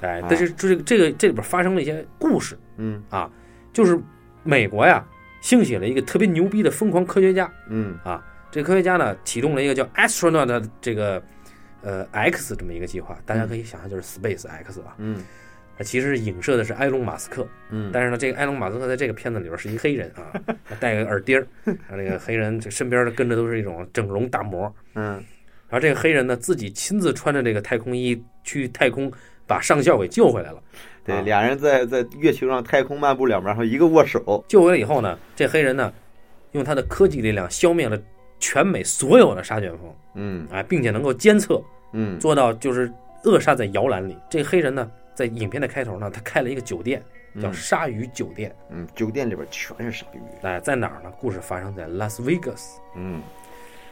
哎啊，但是这个这个这里边发生了一些故事，嗯就是美国呀兴起了一个特别牛逼的疯狂科学家，嗯这个科学家呢启动了一个叫 astronaut 的这个呃 X 这么一个计划，大家可以想象就是 Space X 啊，嗯它其实影射的是埃隆马斯克，嗯，但是呢，这个埃隆马斯克在这个片子里边是一黑人啊，戴个耳钉 儿，然后这个黑人这身边跟着都是一种整容大模，嗯然后这个黑人呢自己亲自穿着这个太空衣去太空把上校给救回来了。对，啊俩人在在月球上太空漫步两边，然后一个握手，救回来以后呢，这黑人呢，用他的科技力量消灭了全美所有的沙卷风嗯啊，并且能够监测，嗯做到就是扼杀在摇篮里。这黑人呢，在影片的开头呢，他开了一个酒店，叫嗯鲨鱼酒店。嗯，酒店里边全是鲨鱼，哎、在哪儿呢？故事发生在拉斯维加斯，嗯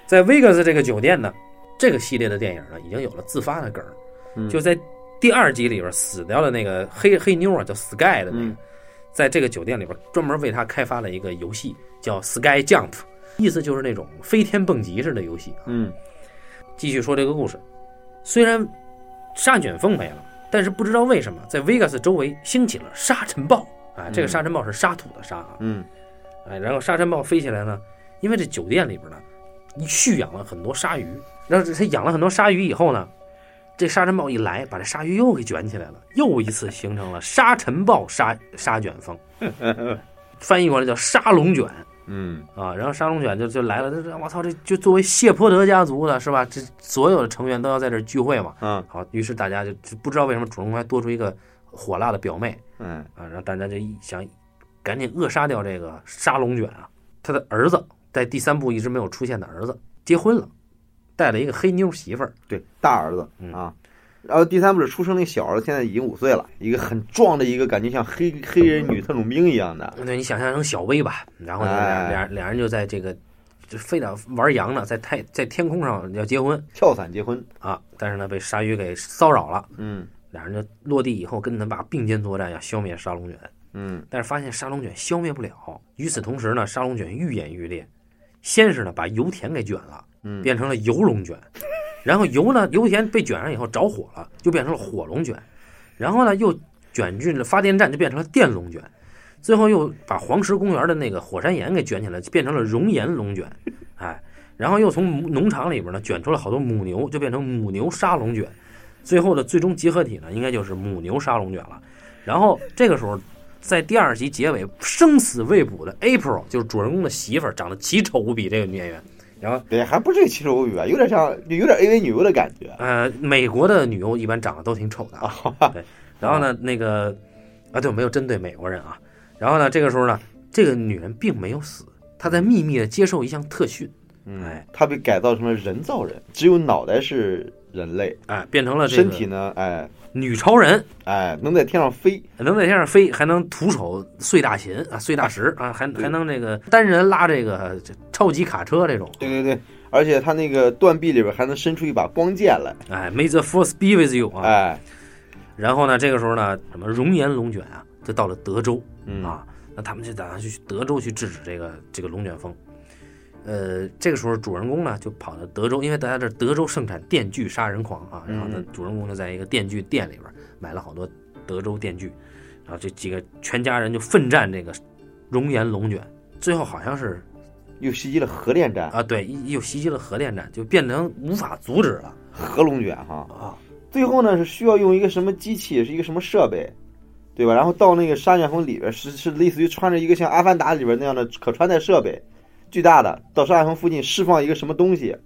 在维加斯这个酒店呢，这个系列的电影呢，已经有了自发的梗儿，嗯就在第二集里边死掉的那个黑黑妞啊，叫 Sky 的那个，嗯在这个酒店里边专门为他开发了一个游戏，叫 Sky Jump，意思就是那种飞天蹦极似的游戏。啊嗯继续说这个故事，虽然沙卷风没了，但是不知道为什么在 Vegas 周围兴起了沙尘暴啊！这个沙尘暴是沙土的沙啊，嗯哎，然后沙尘暴飞起来呢，因为这酒店里边呢蓄养了很多鲨鱼，然后他养了很多鲨鱼以后呢。这沙尘暴一来，把这鲨鱼又给卷起来了，又一次形成了沙尘暴沙沙卷风，翻译过来叫沙龙卷。嗯啊，然后沙龙卷就就来了，这这我操，这就作为谢泼德家族的是吧？这所有的成员都要在这儿聚会嘛。啊好，于是大家就就不知道为什么主人公还多出一个火辣的表妹嗯啊，然后大家就一想赶紧扼杀掉这个沙龙卷啊。他的儿子在第三部一直没有出现的儿子结婚了，带了一个黑妞媳妇儿，对，大儿子嗯啊。然后第三部是出生那小儿子，现在已经五岁了，一个很壮的一个，感觉像黑黑人女特种兵一样的。那你想象成小薇吧，然后就俩哎俩俩人就在这个就非得玩羊呢，在太在天空上要结婚跳伞结婚，啊，但是呢被鲨鱼给骚扰了。嗯俩人就落地以后跟他爸并肩作战，要消灭沙龙卷。嗯但是发现沙龙卷消灭不了。与此同时呢，沙龙卷愈演愈烈，先是呢把油田给卷了，嗯变成了油龙卷。然后油呢， 油田被卷上以后着火了，就变成了火龙卷。然后呢，又卷进了发电站，就变成了电龙卷。最后又把黄石公园的那个火山岩给卷起来，就变成了熔岩龙卷。 哎，然后又从农场里边呢卷出了好多母牛，就变成母牛沙龙卷。最后的最终集合体呢，应该就是母牛沙龙卷了。然后这个时候，在第二集结尾生死未卜的 April，就是主人公的媳妇儿，长得奇丑无比，这个女演员。然后，对，还不至于奇丑无比啊吧，有点像，有点 AV 女优的感觉。呃，美国的女优一般长得都挺丑的哦啊。对，然后呢，那个啊，对，我没有针对美国人啊。然后呢，这个时候呢，这个女人并没有死，她在秘密的接受一项特训，嗯哎，他被改造成了人造人，只有脑袋是人类，哎、变成了这身体个呢，哎女超人，哎，能在天上飞，能在天上飞，还能徒手碎大琴啊，碎大石啊，还还能这个单人拉这个这超级卡车这种。对对对，而且他那个断臂里边还能伸出一把光剑来，哎，May the force be with you 啊！哎，然后呢，这个时候呢，什么熔岩龙卷啊，就到了德州嗯啊，那他们就打算去德州去制止这个这个龙卷风。呃，这个时候主人公呢就跑到德州，因为大家这德州盛产电锯杀人狂啊，然后呢嗯，主人公就在一个电锯店里边买了好多德州电锯，然后这几个全家人就奋战这个熔岩龙卷，最后好像是又袭击了核电站、啊，对，一又袭击了核电站，就变成无法阻止了核龙卷哈。啊。最后呢是需要用一个什么机器，是一个什么设备，对吧？然后到那个沙卷风里边，是是类似于穿着一个像《阿凡达》里边那样的可穿戴设备，巨大的，到沙卷风附近释放一个什么东西，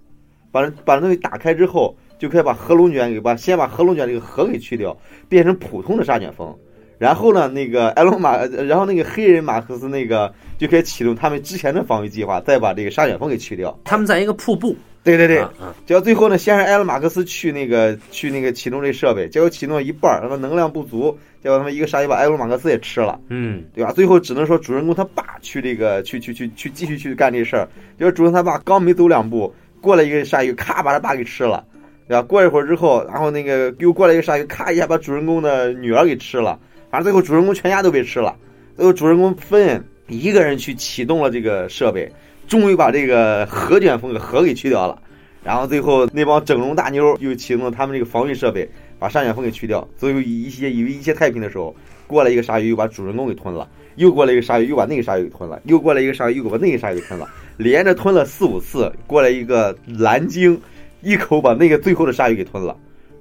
把把东西打开之后，就可以把合龙卷给把先把合龙卷这个核给去掉，变成普通的沙卷风。然后呢，那个埃隆马，呃然后那个黑人马克思那个就可以启动他们之前的防御计划，再把这个沙卷风给去掉。他们在一个瀑布，对对对，啊啊结果最后呢，先是埃隆马克思去那个去那个启动这设备，结果启动了一半儿，他妈能量不足，结果他妈一个鲨鱼把埃隆马克思也吃了，嗯，对吧？最后只能说主人公他爸去这个去去去去继续去干这事儿，结果主人公他爸刚没走两步，过来一个鲨鱼，咔把他爸给吃了，对吧？过一会儿之后，然后那个又过来一个鲨鱼，咔一下把主人公的女儿给吃了，反正最后主人公全家都被吃了，最后主人公芬一个人去启动了这个设备，终于把这个核卷风给核给去掉了。然后最后那帮整容大妞又启动了他们这个防御设备，把单卷风给去掉。最后一些以为一切太平的时候，过来一个鲨鱼又把主人公给吞了，又过来一个鲨鱼又把那个鲨鱼给吞了，又过来一个鲨鱼又把那个鲨鱼给吞了，连着吞了四五次。过来一个蓝鲸，一口把那个最后的鲨鱼给吞了，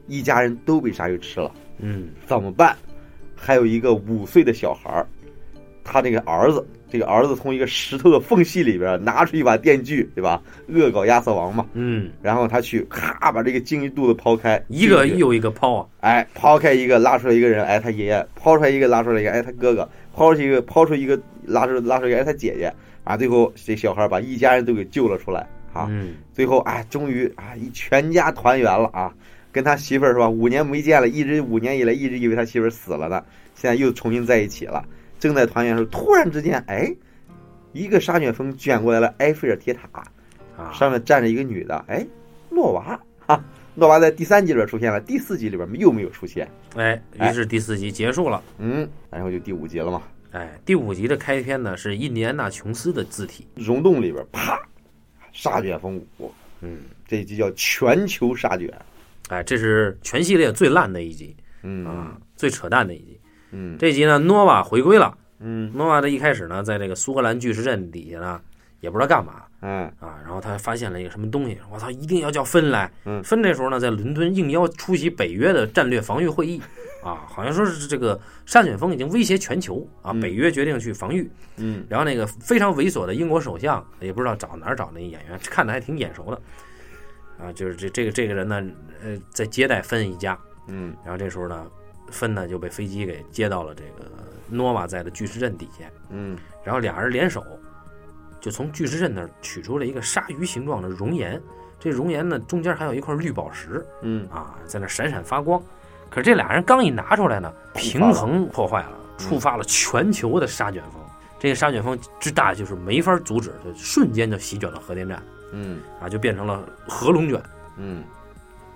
一家人都被鲨鱼吃了，嗯，怎么办？还有一个五岁的小孩儿，他这个儿子，这个儿子从一个石头的缝隙里边拿出一把电锯，对吧？恶搞亚瑟王嘛。嗯，然后他去咔把这个鲸鱼肚子抛开，一个进去又一个抛啊，哎抛开一个拉出来一个人，哎他爷爷抛出来一个拉出来一个，哎他哥哥抛出一个抛出一个拉出拉出一个，哎他姐姐啊，最后这小孩把一家人都给救了出来啊，嗯，最后哎终于啊一全家团圆了啊，跟他媳妇儿是吧？五年没见了，一直五年以来一直以为他媳妇儿死了呢，现在又重新在一起了，正在团圆的时候，突然之间哎，一个沙卷风卷过来了埃菲尔铁塔。啊，上面站着一个女的，哎，诺娃哈，诺娃在第三集里边出现了，第四集里边又没有出现，哎，于是第四集结束了。嗯，然后就第五集了嘛，哎，第五集的开篇呢是印第安纳琼斯的字体，溶洞里边啪，沙卷风舞，嗯，这一集叫全球沙卷，哎，这是全系列最烂的一集嗯啊，最扯淡的一集。嗯这集呢，诺瓦回归了。嗯诺瓦的一开始呢，在这个苏格兰巨石阵底下呢，也不知道干嘛嗯啊，然后他发现了一个什么东西，我操，一定要叫芬来。嗯芬这时候呢，在伦敦应邀出席北约的战略防御会议啊，好像说是这个山卷风已经威胁全球啊，嗯北约决定去防御。嗯然后那个非常猥琐的英国首相，也不知道找哪儿找那演员，看着还挺眼熟的，啊，就是这这个这个人呢，呃，在接待芬一家，嗯然后这时候呢，芬呢就被飞机给接到了这个诺瓦在的巨石阵底下，嗯然后俩人联手，就从巨石阵那儿取出了一个鲨鱼形状的熔岩，这熔岩呢中间还有一块绿宝石嗯，啊，在那闪闪发光，可是这俩人刚一拿出来呢，平衡破坏了，触发了全球的沙卷风。这个沙卷风之大，就是没法阻止，就瞬间就席卷了核电站嗯啊，就变成了核龙卷。嗯，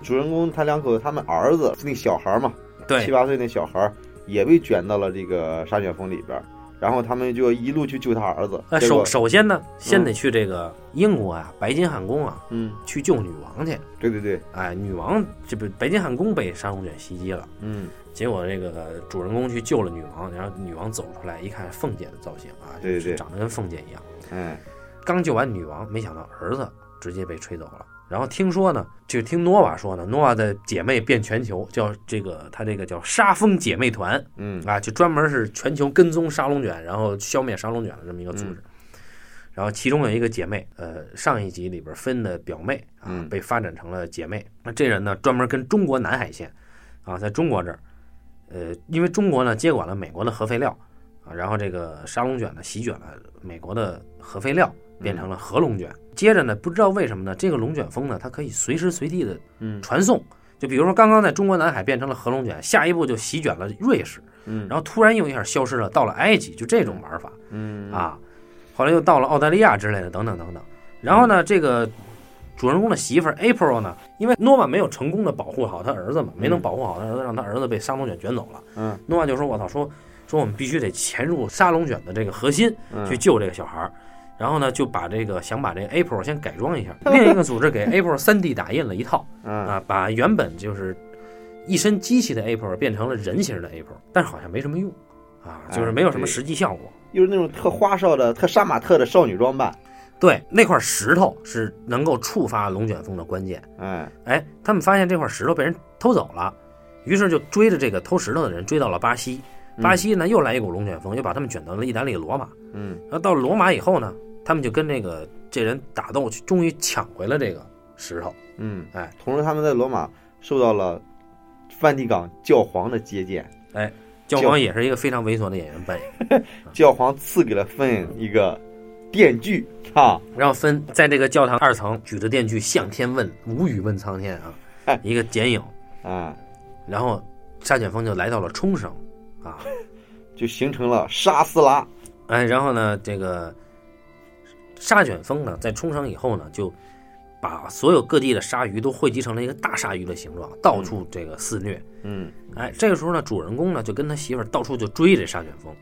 主人公他两口子，他们儿子那小孩嘛，七对，八岁那小孩儿也被卷到了这个沙卷风里边儿，然后他们就一路去救他儿子，呃，结果首首先呢，先得去这个英国啊，白金汉宫啊，嗯，去救女王去。对对对，哎，女王这不白金汉宫被沙龙卷袭击了，嗯。结果这个主人公去救了女王，然后女王走出来一看凤姐的造型啊，对对就是对长得跟凤姐一样。哎，刚救完女王，没想到儿子直接被吹走了。然后听说呢，就听诺瓦说呢，诺瓦的姐妹遍全球，叫这个他这个叫沙风姐妹团嗯啊，就专门是全球跟踪沙龙卷，然后消灭沙龙卷的这么一个组嗯织。然后其中有一个姐妹，呃，上一集里边分的表妹啊，嗯被发展成了姐妹。那这人呢，专门跟中国南海线啊，在中国这儿，呃，因为中国呢接管了美国的核废料啊，然后这个沙龙卷呢席卷了美国的核废料，变嗯成了核龙卷。接着呢，不知道为什么呢，这个龙卷风呢，它可以随时随地的嗯传送。就比如说，刚刚在中国南海变成了核龙卷，下一步就席卷了瑞士，嗯然后突然又一下消失了，到了埃及，就这种玩法嗯啊。后来又到了澳大利亚之类的，等等等等。然后呢，这个主人公的媳妇儿 April 呢，因为诺曼没有成功的保护好他儿子嘛，没能保护好他儿子，让他儿子被沙龙卷卷走了。嗯，诺曼就说：“我操，说说我们必须得潜入沙龙卷的这个核心嗯去救这个小孩儿。”然后呢，就把这个想把这个 April 先改装一 下，另一个组织给 April 3D 打印了一套嗯，啊，把原本就是一身机器的 April 变成了人形的 April，但是好像没什么用啊，就是没有什么哎对实际效果。又是那种特花哨的、特杀马特的少女装扮，对，那块石头是能够触发龙卷风的关键。哎，哎，他们发现这块石头被人偷走了，于是就追着这个偷石头的人追到了巴西。巴西呢，又来一股龙卷风，又把他们卷到了意大利罗马。嗯，然后到罗马以后呢，他们就跟这个这人打斗，去，终于抢回了这个石头。嗯，哎，同时他们在罗马受到了梵蒂冈教皇的接见，教皇也是一个非常猥琐的演员扮演。教皇赐给了芬一个电锯啊，然后分在这个教堂二层举着电锯向天问，无语问苍天啊，一个剪影。啊，然后沙卷风就来到了冲绳，啊，就形成了沙斯拉，哎，然后呢，这个沙卷风呢，在冲绳以后呢，就把所有各地的鲨鱼都汇集成了一个大鲨鱼的形状，到处这个肆虐。嗯，哎，这个时候呢，主人公呢就跟他媳妇儿到处就追这沙卷风，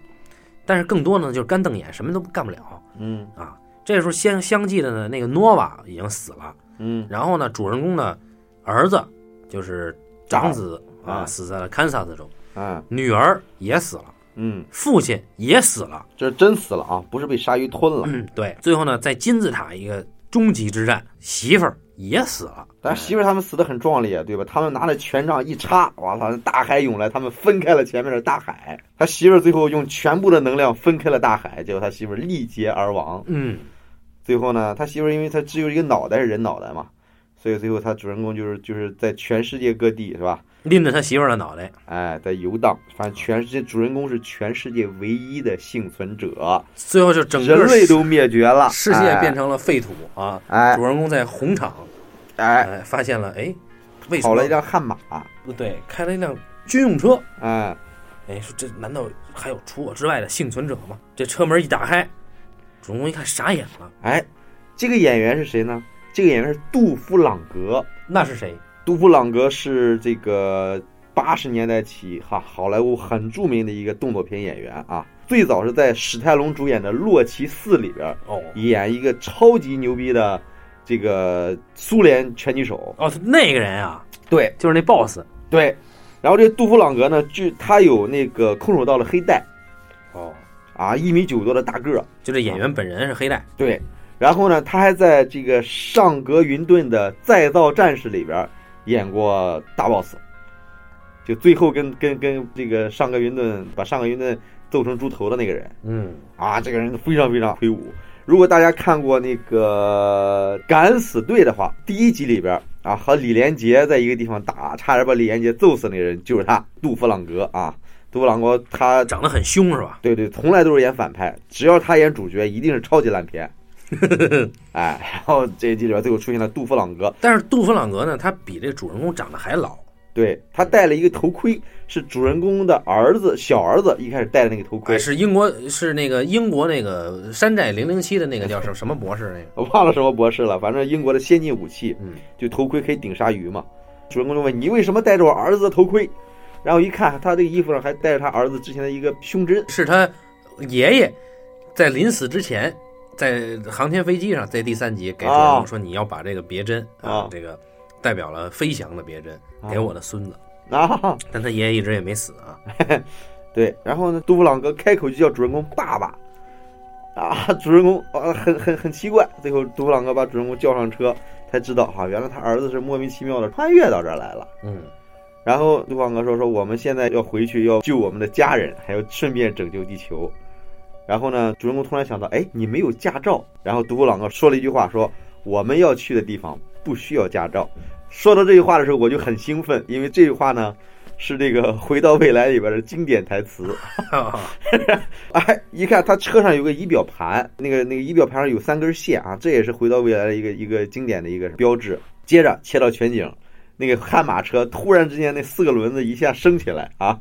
但是更多呢就是干瞪眼，什么都干不了嗯，啊。这时候相相继的呢，那个诺瓦已经死了，嗯，然后呢，主人公的儿子就是长子啊，啊死在了堪萨斯州，啊，女儿也死了，嗯，父亲也死了。这是真死了啊，不是被鲨鱼吞了，嗯，对，最后呢，在金字塔一个终极之战，媳妇儿也死了。但媳妇儿他们死的很壮烈，对吧？他们拿着权杖一插，哇操，大海涌来，他们分开了前面的大海。他媳妇儿最后用全部的能量分开了大海，结果他媳妇儿力竭而亡。嗯，最后呢，他媳妇儿因为他只有一个脑袋是人脑袋嘛，所以最后他主人公就是就是在全世界各地是吧？拎着他媳妇儿的脑袋，哎，在游荡，反正全世界主人公是全世界唯一的幸存者，最后就整个人类都灭绝了，世界变成了废土啊！哎主人公在红场，哎哎，发现了，哎，为哎，什跑么了一辆悍马，对开了一辆军用车？哎，哎，说这难道还有除我之外的幸存者吗？这车门一打开，主人公一看傻眼了，哎，这个演员是谁呢？这个演员是杜夫朗格。那是谁？杜布朗格是这个八十年代起哈好莱坞很著名的一个动作片演员啊，最早是在史泰龙主演的《洛奇四》里边哦演一个超级牛逼的这个苏联拳击手，哦，那个人啊，对就是那 boss 对，然后这杜夫朗格呢，据他有那个空手道的黑带哦，啊，一米九多的大个儿，就这演员本人是黑带，对，然后呢，他还在这个上格云顿的《再造战士》里边演过大 boss，就最后跟跟跟这个上格云顿把上格云顿揍成猪头的那个人嗯，啊，这个人非常非常魁梧。如果大家看过那个《敢死队》的话，第一集里边啊，和李连杰在一个地方打，差点把李连杰揍死那人就是他，杜弗朗格啊。杜弗朗格他长得很凶是吧？对对，从来都是演反派，只要他演主角，一定是超级烂片。哎，然后这一集里边最后出现了杜弗朗格，但是杜芬朗格呢，他比这主人公长得还老。对他戴了一个头盔，是主人公的儿子小儿子一开始戴的那个头盔哎，，是英国，是那个英国那个山寨零零七的那个叫什么什么博士那个？我忘了什么博士了，反正英国的先进武器，嗯，就头盔可以顶鲨鱼嘛。主人公就问你为什么戴着我儿子的头盔，然后一看他这个衣服上还带着他儿子之前的一个胸针，是他爷爷在临死之前，在航天飞机上，在第三集给主人公说你要把这个别针啊啊，这个代表了飞翔的别针啊给我的孙子，啊，但他爷爷一直也没死啊。对，然后呢，杜布朗格开口就叫主人公爸爸，啊，主人公啊，很很很奇怪。最后，杜布朗格把主人公叫上车，才知道啊，原来他儿子是莫名其妙的穿越到这儿来了。嗯， 然后杜布朗格说：“说我们现在要回去，要救我们的家人，还要顺便拯救地球。”然后呢，主人公突然想到，哎，你没有驾照。然后杜布朗格说了一句话，说：“我们要去的地方不需要驾照。”说到这句话的时候，我就很兴奋，因为这句话呢，是这个《回到未来》里边的经典台词。 哎，一看他车上有个仪表盘，那个那个仪表盘上有三根线啊，这也是回到未来的一个一个经典的一个标志。接着切到全景，那个悍马车突然之间那四个轮子一下升起来啊，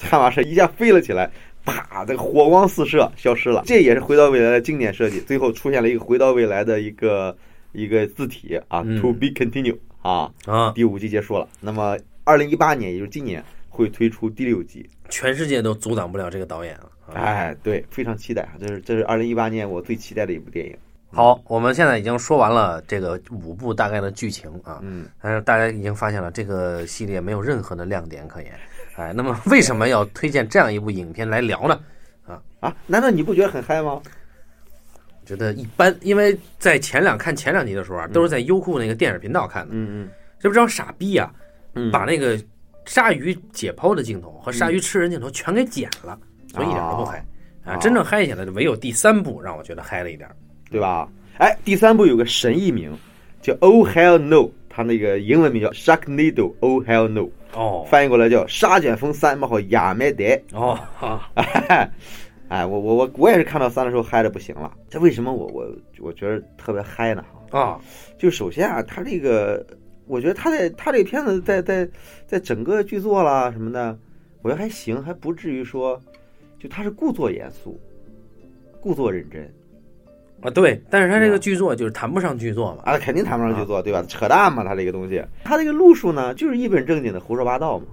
悍马车一下飞了起来，啪，这个火光四射，消失了。这也是回到未来的经典设计。最后出现了一个回到未来的一个一个字体啊、嗯 t o be continue 啊，啊，第五季结束了。那么，二零一八年，也就是今年，《会推出第六季。全世界都阻挡不了这个导演了。啊，哎，对，非常期待啊！这是这是二零一八年我最期待的一部电影。好，我们现在已经说完了这个五部大概的剧情啊，嗯，但是大家已经发现了这个系列没有任何的亮点可言。哎，那么为什么要推荐这样一部影片来聊呢？啊，难道你不觉得很嗨吗？觉得一般，因为在前两看前两集的时候啊，都是在优酷那个电影频道看的，嗯这不叫傻逼啊，嗯把那个鲨鱼解剖的镜头和鲨鱼吃人镜头全给剪了，所以一点都不嗨。啊，哦真正嗨起来的唯有第三部让我觉得嗨了一点儿。对吧？哎，第三部有个神译名叫《Oh Hell No》，它那个英文名叫《Sharknado Oh Hell No》，哦翻译过来叫《沙卷风三冒号亚麻袋哦，哈》。哎，我我我我也是看到三的时候嗨的不行了。这为什么我我我觉得特别嗨呢？啊，就首先啊，他这个，我觉得他在他这片子在在在整个剧作啦什么的，我觉得还行，还不至于说，就他是故作严肃，故作认真啊，对，但是他这是个吧剧作就是谈不上剧作嘛。啊，肯定谈不上剧作，对吧？扯淡嘛，他这个东西，他这个路数呢，就是一本正经的胡说八道嘛，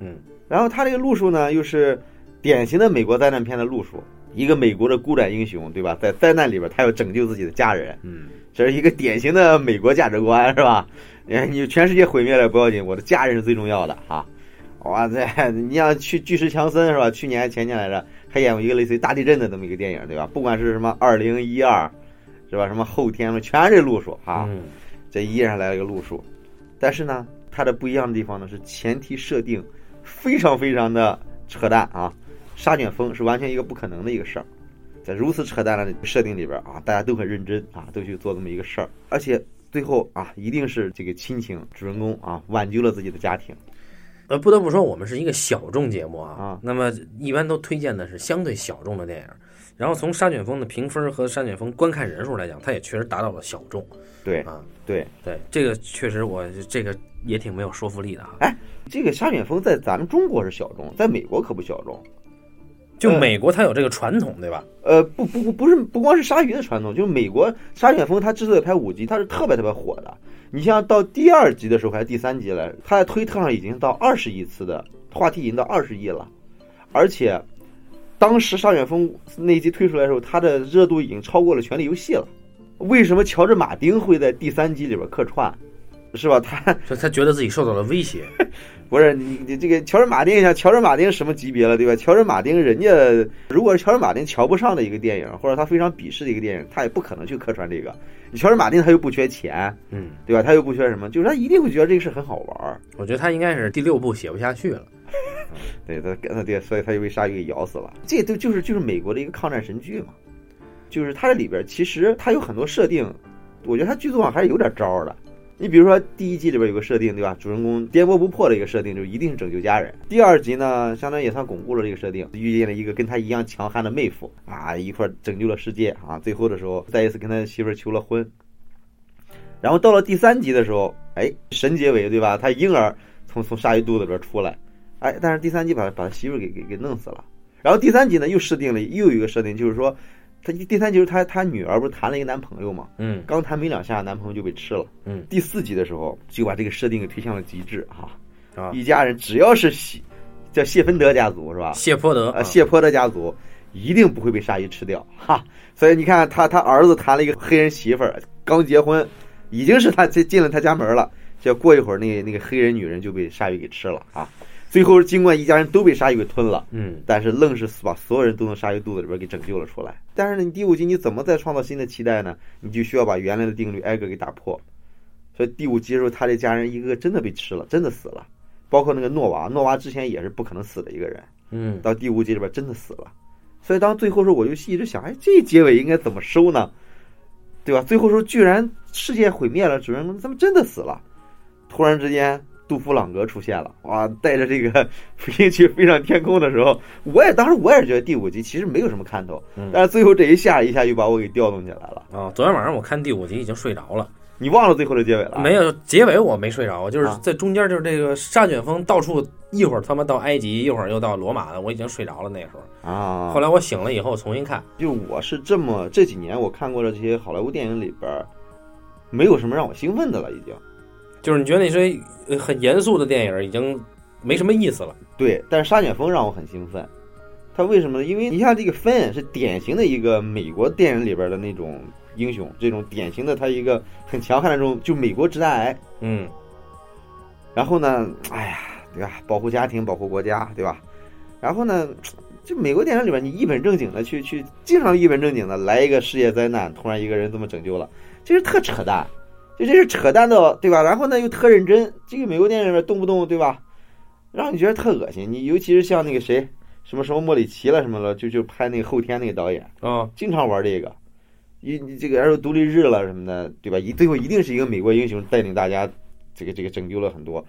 嗯，然后他这个路数呢，又是典型的美国灾难片的路数。一个美国的孤胆英雄，对吧？在灾难里边，他要拯救自己的家人，嗯，这是一个典型的美国价值观，是吧？哎，你全世界毁灭了不要紧，我的家人是最重要的啊！哇塞，你像去巨石强森是吧？去年前年来着，还演过一个类似于大地震的这么一个电影，对吧？不管是什么二零一二，是吧？什么后天了，全是这路数啊！嗯这依然来了一个路数，但是呢，它的不一样的地方呢是前提设定非常非常的扯淡啊！沙卷风是完全一个不可能的一个事儿，在如此扯淡的设定里边啊，大家都很认真啊，都去做这么一个事儿，而且最后啊，一定是这个亲情主人公啊挽救了自己的家庭。呃，不得不说，我们是一个小众节目啊啊。那么一般都推荐的是相对小众的电影。然后从《沙卷风》的评分和《沙卷风》观看人数来讲，它也确实达到了小众对啊。对，对，这个确实我这个也挺没有说服力的啊。这个沙卷风在咱们中国是小众，在美国可不小众。就嗯美国它有这个传统，对吧？呃，不不不，不是不光是鲨鱼的传统，就是美国《鲨卷风》它之所以拍五集，它是特别特别火的。你像到第二集的时候，还是第三集了，它在推特上已经到二十亿次的话题，已经到二十亿了。而且，当时《鲨卷风》那一集推出来的时候，它的热度已经超过了《权力游戏》了。为什么乔治·马丁会在第三集里边客串？是吧？他就他觉得自己受到了威 胁。不是你你这个乔治·马丁，像乔治·马丁什么级别了，对吧？乔治·马丁人家如果是乔治·马丁瞧不上的一个电影，或者他非常鄙视的一个电影，他也不可能去客串这个。你乔治·马丁他又不缺钱，嗯，对吧？他又不缺什么，就是他一定会觉得这个事很好玩儿。我觉得他应该是第六部写不下去了。对他，他对，所以他就被鲨鱼给咬死了。这都就是就是美国的一个抗战神剧嘛，就是它这里边其实它有很多设定，我觉得它剧作上还是有点招儿的。你比如说第一季里边有个设定，对吧？主人公颠簸不破的一个设定，就一定是拯救家人。第二集呢，相当于也算巩固了这个设定，遇见了一个跟他一样强悍的妹夫啊，一块儿拯救了世界啊。最后的时候，再一次跟他媳妇儿求了婚。然后到了第三集的时候，哎，神结尾，对吧？他婴儿从从鲨鱼肚子里边出来，哎，但是第三集把他把他媳妇儿给给给弄死了。然后第三集呢，又设定了又有一个设定，就是说，他第三集就是他他女儿不是谈了一个男朋友嘛，嗯刚谈没两下，男朋友就被吃了。嗯第四集的时候就把这个设定给推向了极致哈、啊，一家人只要是谢叫谢芬德家族是吧？谢泼德啊，谢泼德家族一定不会被鲨鱼吃掉哈。所以你看他他儿子谈了一个黑人媳妇儿，刚结婚，已经是他进进了他家门了，结果过一会儿那个那个黑人女人就被鲨鱼给吃了啊。最后尽管一家人都被鲨鱼给吞了。嗯但是愣是把所有人都从鲨鱼肚子里边给拯救了出来。但是呢，你第五集你怎么再创造新的期待呢？你就需要把原来的定律挨个给打破。所以第五集的时候，他这家人一个个真的被吃了，真的死了，包括那个诺娃，诺娃之前也是不可能死的一个人，嗯，到第五集里边真的死了。所以当最后时候，我就一直想，哎，这结尾应该怎么收呢？对吧？最后时候居然世界毁灭了，主人公他们真的死了。突然之间，杜甫朗格出现了，哇，带着这个 飞行器飞上天空的时候，我也当时我也是觉得第五集其实没有什么看头嗯，但是最后这一下一下就把我给调动起来了。啊，昨天晚上我看第五集已经睡着了，你忘了最后的结尾了？没有结尾我没睡着，我就是啊在中间就是这个沙卷风到处一会儿他妈到埃及，一会儿又到罗马了，我已经睡着了那时候。啊？后来我醒了以后重新看，就我是这么这几年我看过的这些好莱坞电影里边儿，没有什么让我兴奋的了，已经。就是你觉得那些呃很严肃的电影已经没什么意思了。对，但是沙卷风让我很兴奋。他为什么呢？因为你像这个芬是典型的一个美国电影里边的那种英雄，这种典型的他一个很强悍的这种，就美国直男癌。嗯然后呢，哎呀，对吧？保护家庭，保护国家，对吧？然后呢，这美国电影里边，你一本正经的去去，经常一本正经的来一个世界灾难，突然一个人这么拯救了，这是特扯淡，就这是扯淡到对吧？然后呢，又特认真，这个美国电影里边动不动对吧，让你觉得特恶心。你尤其是像那个谁，什么什么莫里奇了什么了，就就拍那个后天那个导演，啊经常玩这个，一你这个还有独立日了什么的，对吧？一最后一定是一个美国英雄带领大家，这个这个拯救了很多。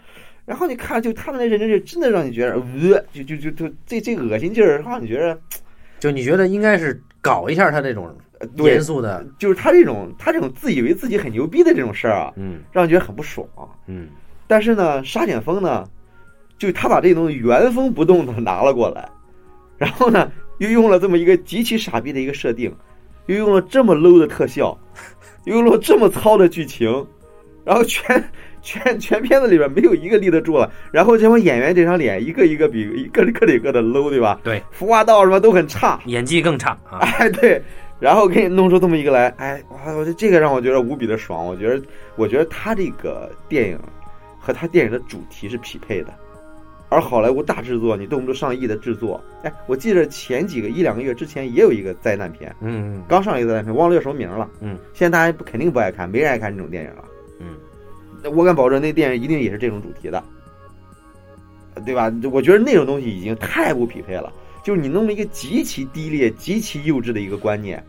然后你看，就他们那认真，就真的让你觉得，呃，就就就就这这恶心劲儿，让你觉得，就你觉得应该是搞一下他这种呃对严，肃的，就是他这种他这种自以为自己很牛逼的这种事儿啊，嗯让你觉得很不爽。啊嗯但是呢，沙卷风呢，就他把这东西原封不动的拿了过来，然后呢，又用了这么一个极其傻逼的一个设定，又用了这么 low 的特效，又用了这么糙的剧情，然后全 全全片子里边没有一个立得住了。然后这帮演员这张脸一个一个比一个一个比一个的 low，对吧？对，服化道什么都很差，嗯演技更差啊。 哎，对，然后给你弄出这么一个来，哎，哇，我觉得这个让我觉得无比的爽。我觉得，我觉得他这个电影和他电影的主题是匹配的。而好莱坞大制作，你动不动上亿的制作，哎，我记得前几个一两个月之前也有一个灾难片， 嗯刚上一个灾难片，忘了叫什么名了。嗯，现在大家不肯定不爱看，没人爱看这种电影了。嗯那我敢保证，那电影一定也是这种主题的，对吧？我觉得那种东西已经太不匹配了。就是你弄了一个极其低劣、极其幼稚的一个观念，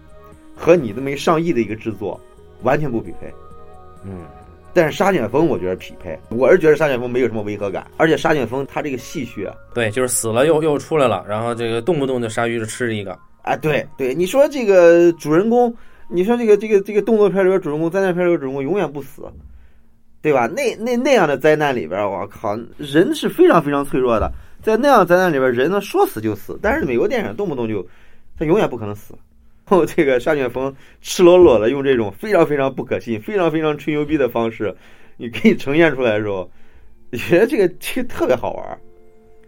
和你这么一上亿的一个制作，完全不匹配。嗯但是沙卷风我觉得匹配，我是觉得沙卷风没有什么违和感，而且沙卷风它这个戏谑，对，就是死了又又出来了，然后这个动不动就鲨鱼就吃一个，啊，对对，你说这个主人公，你说这个这个这个动作片里边主人公，灾难片里边主人公永远不死，对吧？那那那样的灾难里边，我靠，人是非常非常脆弱的，在那样的灾难里边，人呢说死就死，但是美国电影动不动就，他永远不可能死。 后这个沙卷风赤裸裸的用这种非常非常不可信、非常非常吹牛逼的方式，你给你呈现出来的时候，你觉得这个这个特别好玩儿。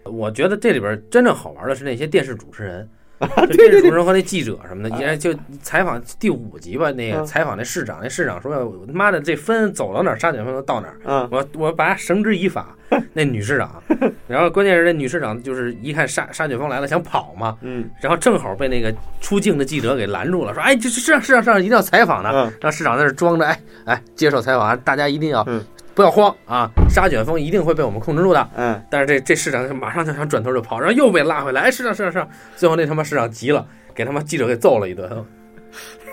我觉得这里边真正好玩的是那些电视主持人，就电对对视主对持人和那记者什么的，也就采访第五集吧，那个嗯采访那市长，那市长说：“我他妈的，这分走到哪儿，沙卷风就到哪儿。”嗯，我我把他绳之以法，那女市长，然后关键是那女市长就是一看沙沙卷风来了想跑嘛，嗯然后正好被那个出镜的记者给拦住了，说：“哎，这这市长市长市长一定要采访呢。”嗯让市长在这装着，哎哎，接受采访啊，大家一定要、嗯不要慌啊，沙卷风一定会被我们控制住的。嗯，但是这这市长就马上就想转头就跑，然后又被拉回来，哎，市长市长市长，最后那他妈市长急了，给他妈记者给揍了一顿。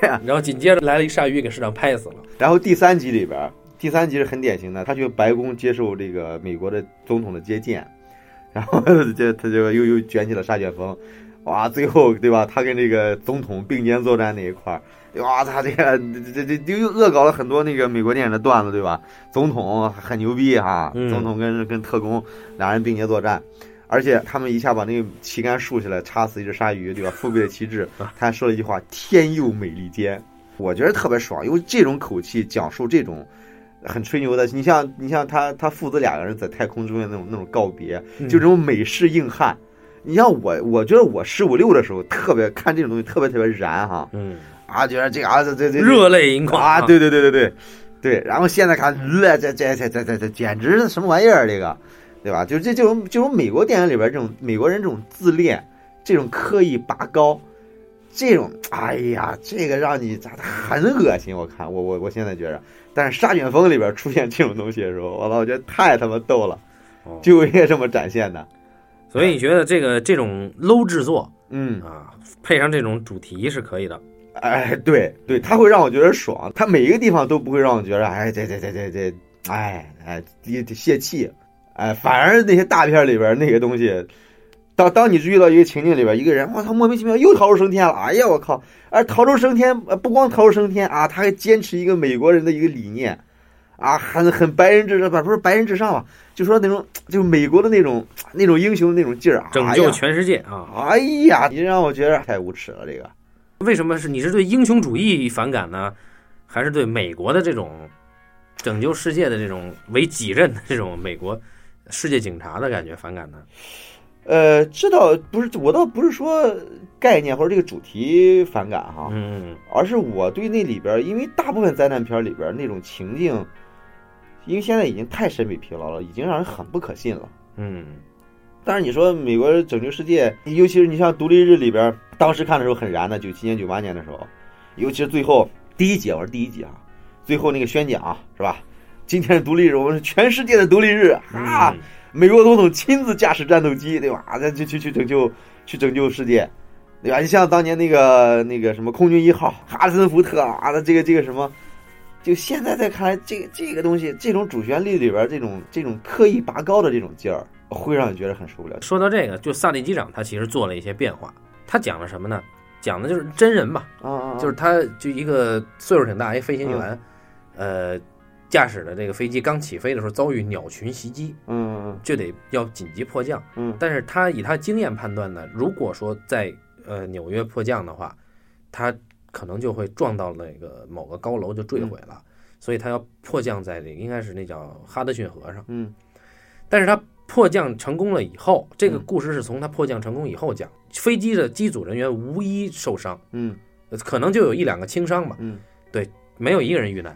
对啊呀然后紧接着来了一鲨鱼，给市长拍死了。然后第三集里边儿，第三集是很典型的，他去白宫接受这个美国的总统的接见， 然后这他就又又卷起了沙卷风，哇，最后对吧？他跟这个总统并肩作战那一块儿，哇，他这个这这这又恶搞了很多那个美国电影的段子，对吧？总统很牛逼哈，嗯总统跟跟特工俩人并肩作战。而且他们一下把那个旗杆竖起来，插死一只鲨鱼，对吧？父辈的旗帜，他还说了一句话：“天佑美利坚。”我觉得特别爽，用这种口气讲述这种很吹牛的。你像你像他他父子两个人在太空中的那种那种告别，嗯就这种美式硬汉。你像我，我觉得我十五六的时候特别看这种东西特别特别燃哈嗯，啊，觉得这个啊这这这热泪盈眶 啊，对对对对对对。然后现在看，呃这这这这这这简直是什么玩意儿？这个，对吧？就是这这种这种美国电影里边这种美国人这种自恋，这种刻意拔高，这种哎呀，这个让你咋很恶心？我看我我我现在觉着，但是《沙卷风》里边出现这种东西的时候，我操，我觉得太他妈逗了，哦就应该这么展现的。所以你觉得这个这种 low 制作嗯，啊，配上这种主题是可以的。哎，对对，它会让我觉得爽，它每一个地方都不会让我觉得，哎，这这这这这，哎哎，也得泄气，哎，反而那些大片里边那个东西，当当你遇到一个情境里边，一个人，我操，莫名其妙又逃出升天了，哎呀，我靠，而逃出升天，呃不光逃出升天啊，他还坚持一个美国人的一个理念，啊，很很白人至上，不是白人至上吧，就说那种就美国的那种那种英雄的那种劲儿，啊拯救全世界啊！哎呀，你让我觉得太无耻了，这个。为什么是你是对英雄主义反感呢，还是对美国的这种拯救世界的这种为己任的这种美国世界警察的感觉反感呢？呃，这倒不是，我倒不是说概念或者这个主题反感哈，嗯而是我对那里边儿，因为大部分灾难片儿里边儿那种情境，因为现在已经太审美疲劳了，已经让人很不可信了。嗯但是你说美国拯救世界，尤其是你像《独立日》里边儿，当时看的时候很燃的，九七年、九八年的时候，尤其是最后第一集，我是第一集啊，最后那个宣讲啊是吧？今天是独立日，我们是全世界的独立日啊！嗯美国总统亲自驾驶战斗机，对吧？啊那就去去拯救，去拯救世界，对吧？你像当年那个那个什么空军一号哈森福特啊，那这个这个什么，就现在再看来，这个这个东西，这种主旋律里边这种这种刻意拔高的这种劲儿，会让你觉得很受不了。说到这个，就萨利机长他其实做了一些变化，他讲了什么呢？讲的就是真人嘛，啊啊，啊就是他就一个岁数挺大一飞行员，呃，驾驶的这个飞机刚起飞的时候遭遇鸟群袭击，嗯就得要紧急迫降。嗯但是他以他经验判断呢，如果说在呃纽约迫降的话，他可能就会撞到那个某个高楼就坠毁了，所以他要迫降在这个应该是那叫哈德逊河上。嗯但是他迫降成功了以后，这个嗯故事是从他迫降成功以后讲，飞机的机组人员无一受伤，嗯呃可能就有一两个轻伤吧，嗯没有一个人遇难。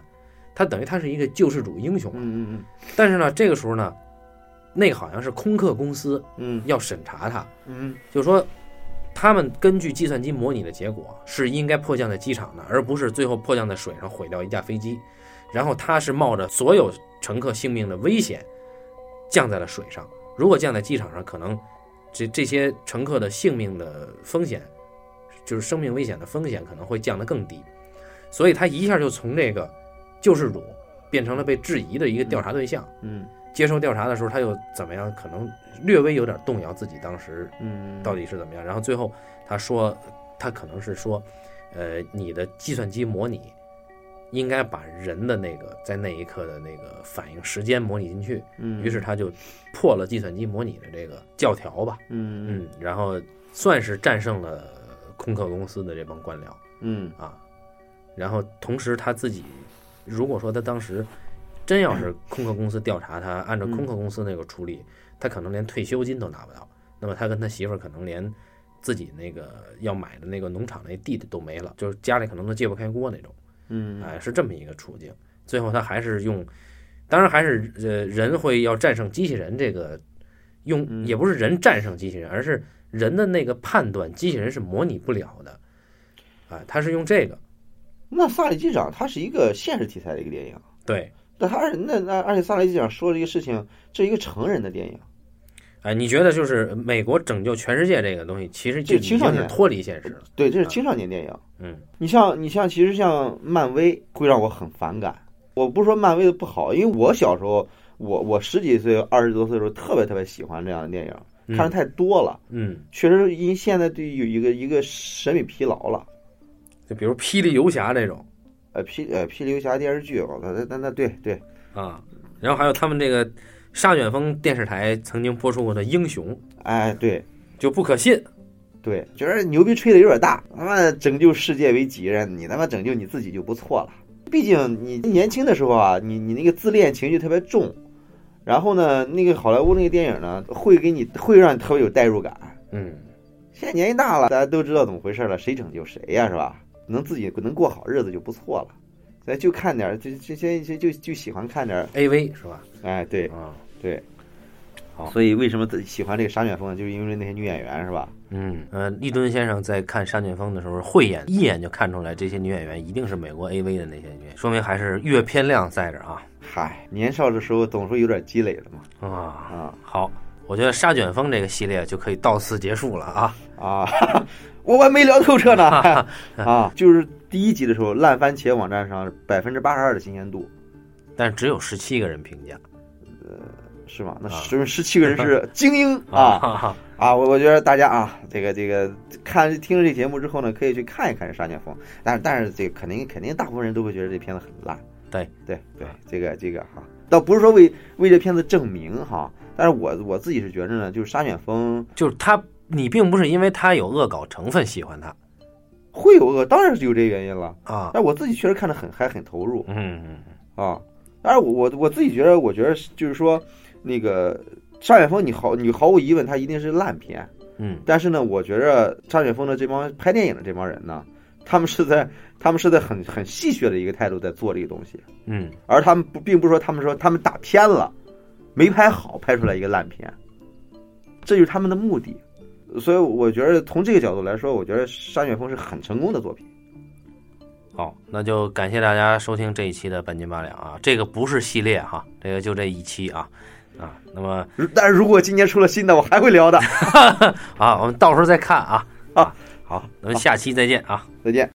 他等于他是一个救世主英雄嗯，嗯但是呢，这个时候呢，那个好像是空客公司嗯要审查他，嗯就是说，他们根据计算机模拟的结果是应该迫降在机场的，而不是最后迫降在水上毁掉一架飞机。然后他是冒着所有乘客性命的危险降在了水上。如果降在机场上，可能这这些乘客的性命的风险，就是生命危险的风险可能会降得更低。所以他一下就从这个救世主变成了被质疑的一个调查对象。嗯接受调查的时候，他又怎么样？可能略微有点动摇自己当时嗯，到底是怎么样。然后最后他说，他可能是说，呃，你的计算机模拟应该把人的那个在那一刻的那个反应时间模拟进去，嗯，于是他就破了计算机模拟的这个教条吧，嗯嗯嗯，然后算是战胜了空客公司的这帮官僚。嗯啊，然后同时他自己，如果说他当时真要是空客公司调查他，按照空客公司那个处理，他可能连退休金都拿不到。那么他跟他媳妇儿可能连自己那个要买的那个农场那地都没了，就是家里可能都揭不开锅那种。嗯哎，是这么一个处境。最后他还是用，当然还是呃人会要战胜机器人这个用，嗯也不是人战胜机器人，而是人的那个判断，机器人是模拟不了的。啊，他是用这个那萨利机长他是一个现实题材的一个电影。对，那他而那那而且萨雷机长说了一个事情，这是一个成人的电影，哎，你觉得就是美国拯救全世界这个东西，其实就这已青经少是年脱离现实了。对，这是啊青少年电影。嗯你像你像其实像漫威会让我很反感，我不是说漫威的不好，因为我小时候我我十几岁二十多岁的时候特别特别喜欢这样的电影，嗯看的太多了，嗯，确实因现在对有一个一个审美疲劳了。就比如《霹雳游侠》这种呃，霹呃霹雳游侠电视剧，我操，那那那对对，啊，然后还有他们这个沙卷风电视台曾经播出过的《英雄》，哎对就不可信。对，觉得牛逼吹的有点大，他妈拯救世界为己任，你他妈拯救你自己就不错了。毕竟你年轻的时候啊，你你那个自恋情绪特别重，然后呢，那个好莱坞那个电影呢，会给你会让你特别有代入感。嗯，现在年纪大了，大家都知道怎么回事了，谁拯救谁呀、是吧？能自己能过好日子就不错了。咱就看点儿，这这些就就就喜欢看点儿， A V 是吧？哎，对啊，对。好所以为什么喜欢这个沙卷风，就是因为那些女演员是吧？嗯，呃，利敦先生在看《沙卷风》的时候，慧眼一眼就看出来这些女演员一定是美国 A V 的那些女演员，说明还是阅片量在这儿啊嗨，年少的时候总是有点积累的嘛。啊。啊好，我觉得《沙卷风》这个系列就可以到此结束了啊。啊， 我还没聊透彻呢啊，就是第一集的时候，烂番茄网站上百分之八十二的新鲜度但是只有十七个人评价是吗？那啊十十七个人是精英啊啊，啊！我我觉得大家啊，这个这个看听了这节目之后呢，可以去看一看这《杀剑风》，但是但是这肯定肯定大部分人都会觉得这片子很烂。对对对啊，这个这个哈，倒不是说为为这片子证明哈，但是我我自己是觉着呢，就是《杀剑风》就是他，你并不是因为他有恶搞成分喜欢他会有恶，当然是有这原因了。啊。但我自己确实看得很嗨，很投入。嗯，嗯嗯啊。当然我，我我自己觉得，我觉得是就是说，那个单远峰，你毫你毫无疑问，他一定是烂片。嗯但是呢，我觉着张雪峰的这帮拍电影的这帮人呢，他们是在他们是在很很戏谑的一个态度在做这个东西，嗯而他们不并不是说他们说他们打偏了，没拍好，拍出来一个烂片，这就是他们的目的。所以我觉得从这个角度来说，我觉得张雪峰是很成功的作品。好，那就感谢大家收听这一期的半斤八两啊，这个不是系列哈，这个就这一期啊啊，那么如但是如果今年出了新的，我还会聊的。啊，我们到时候再看啊啊，好，咱们下期再见啊。再见。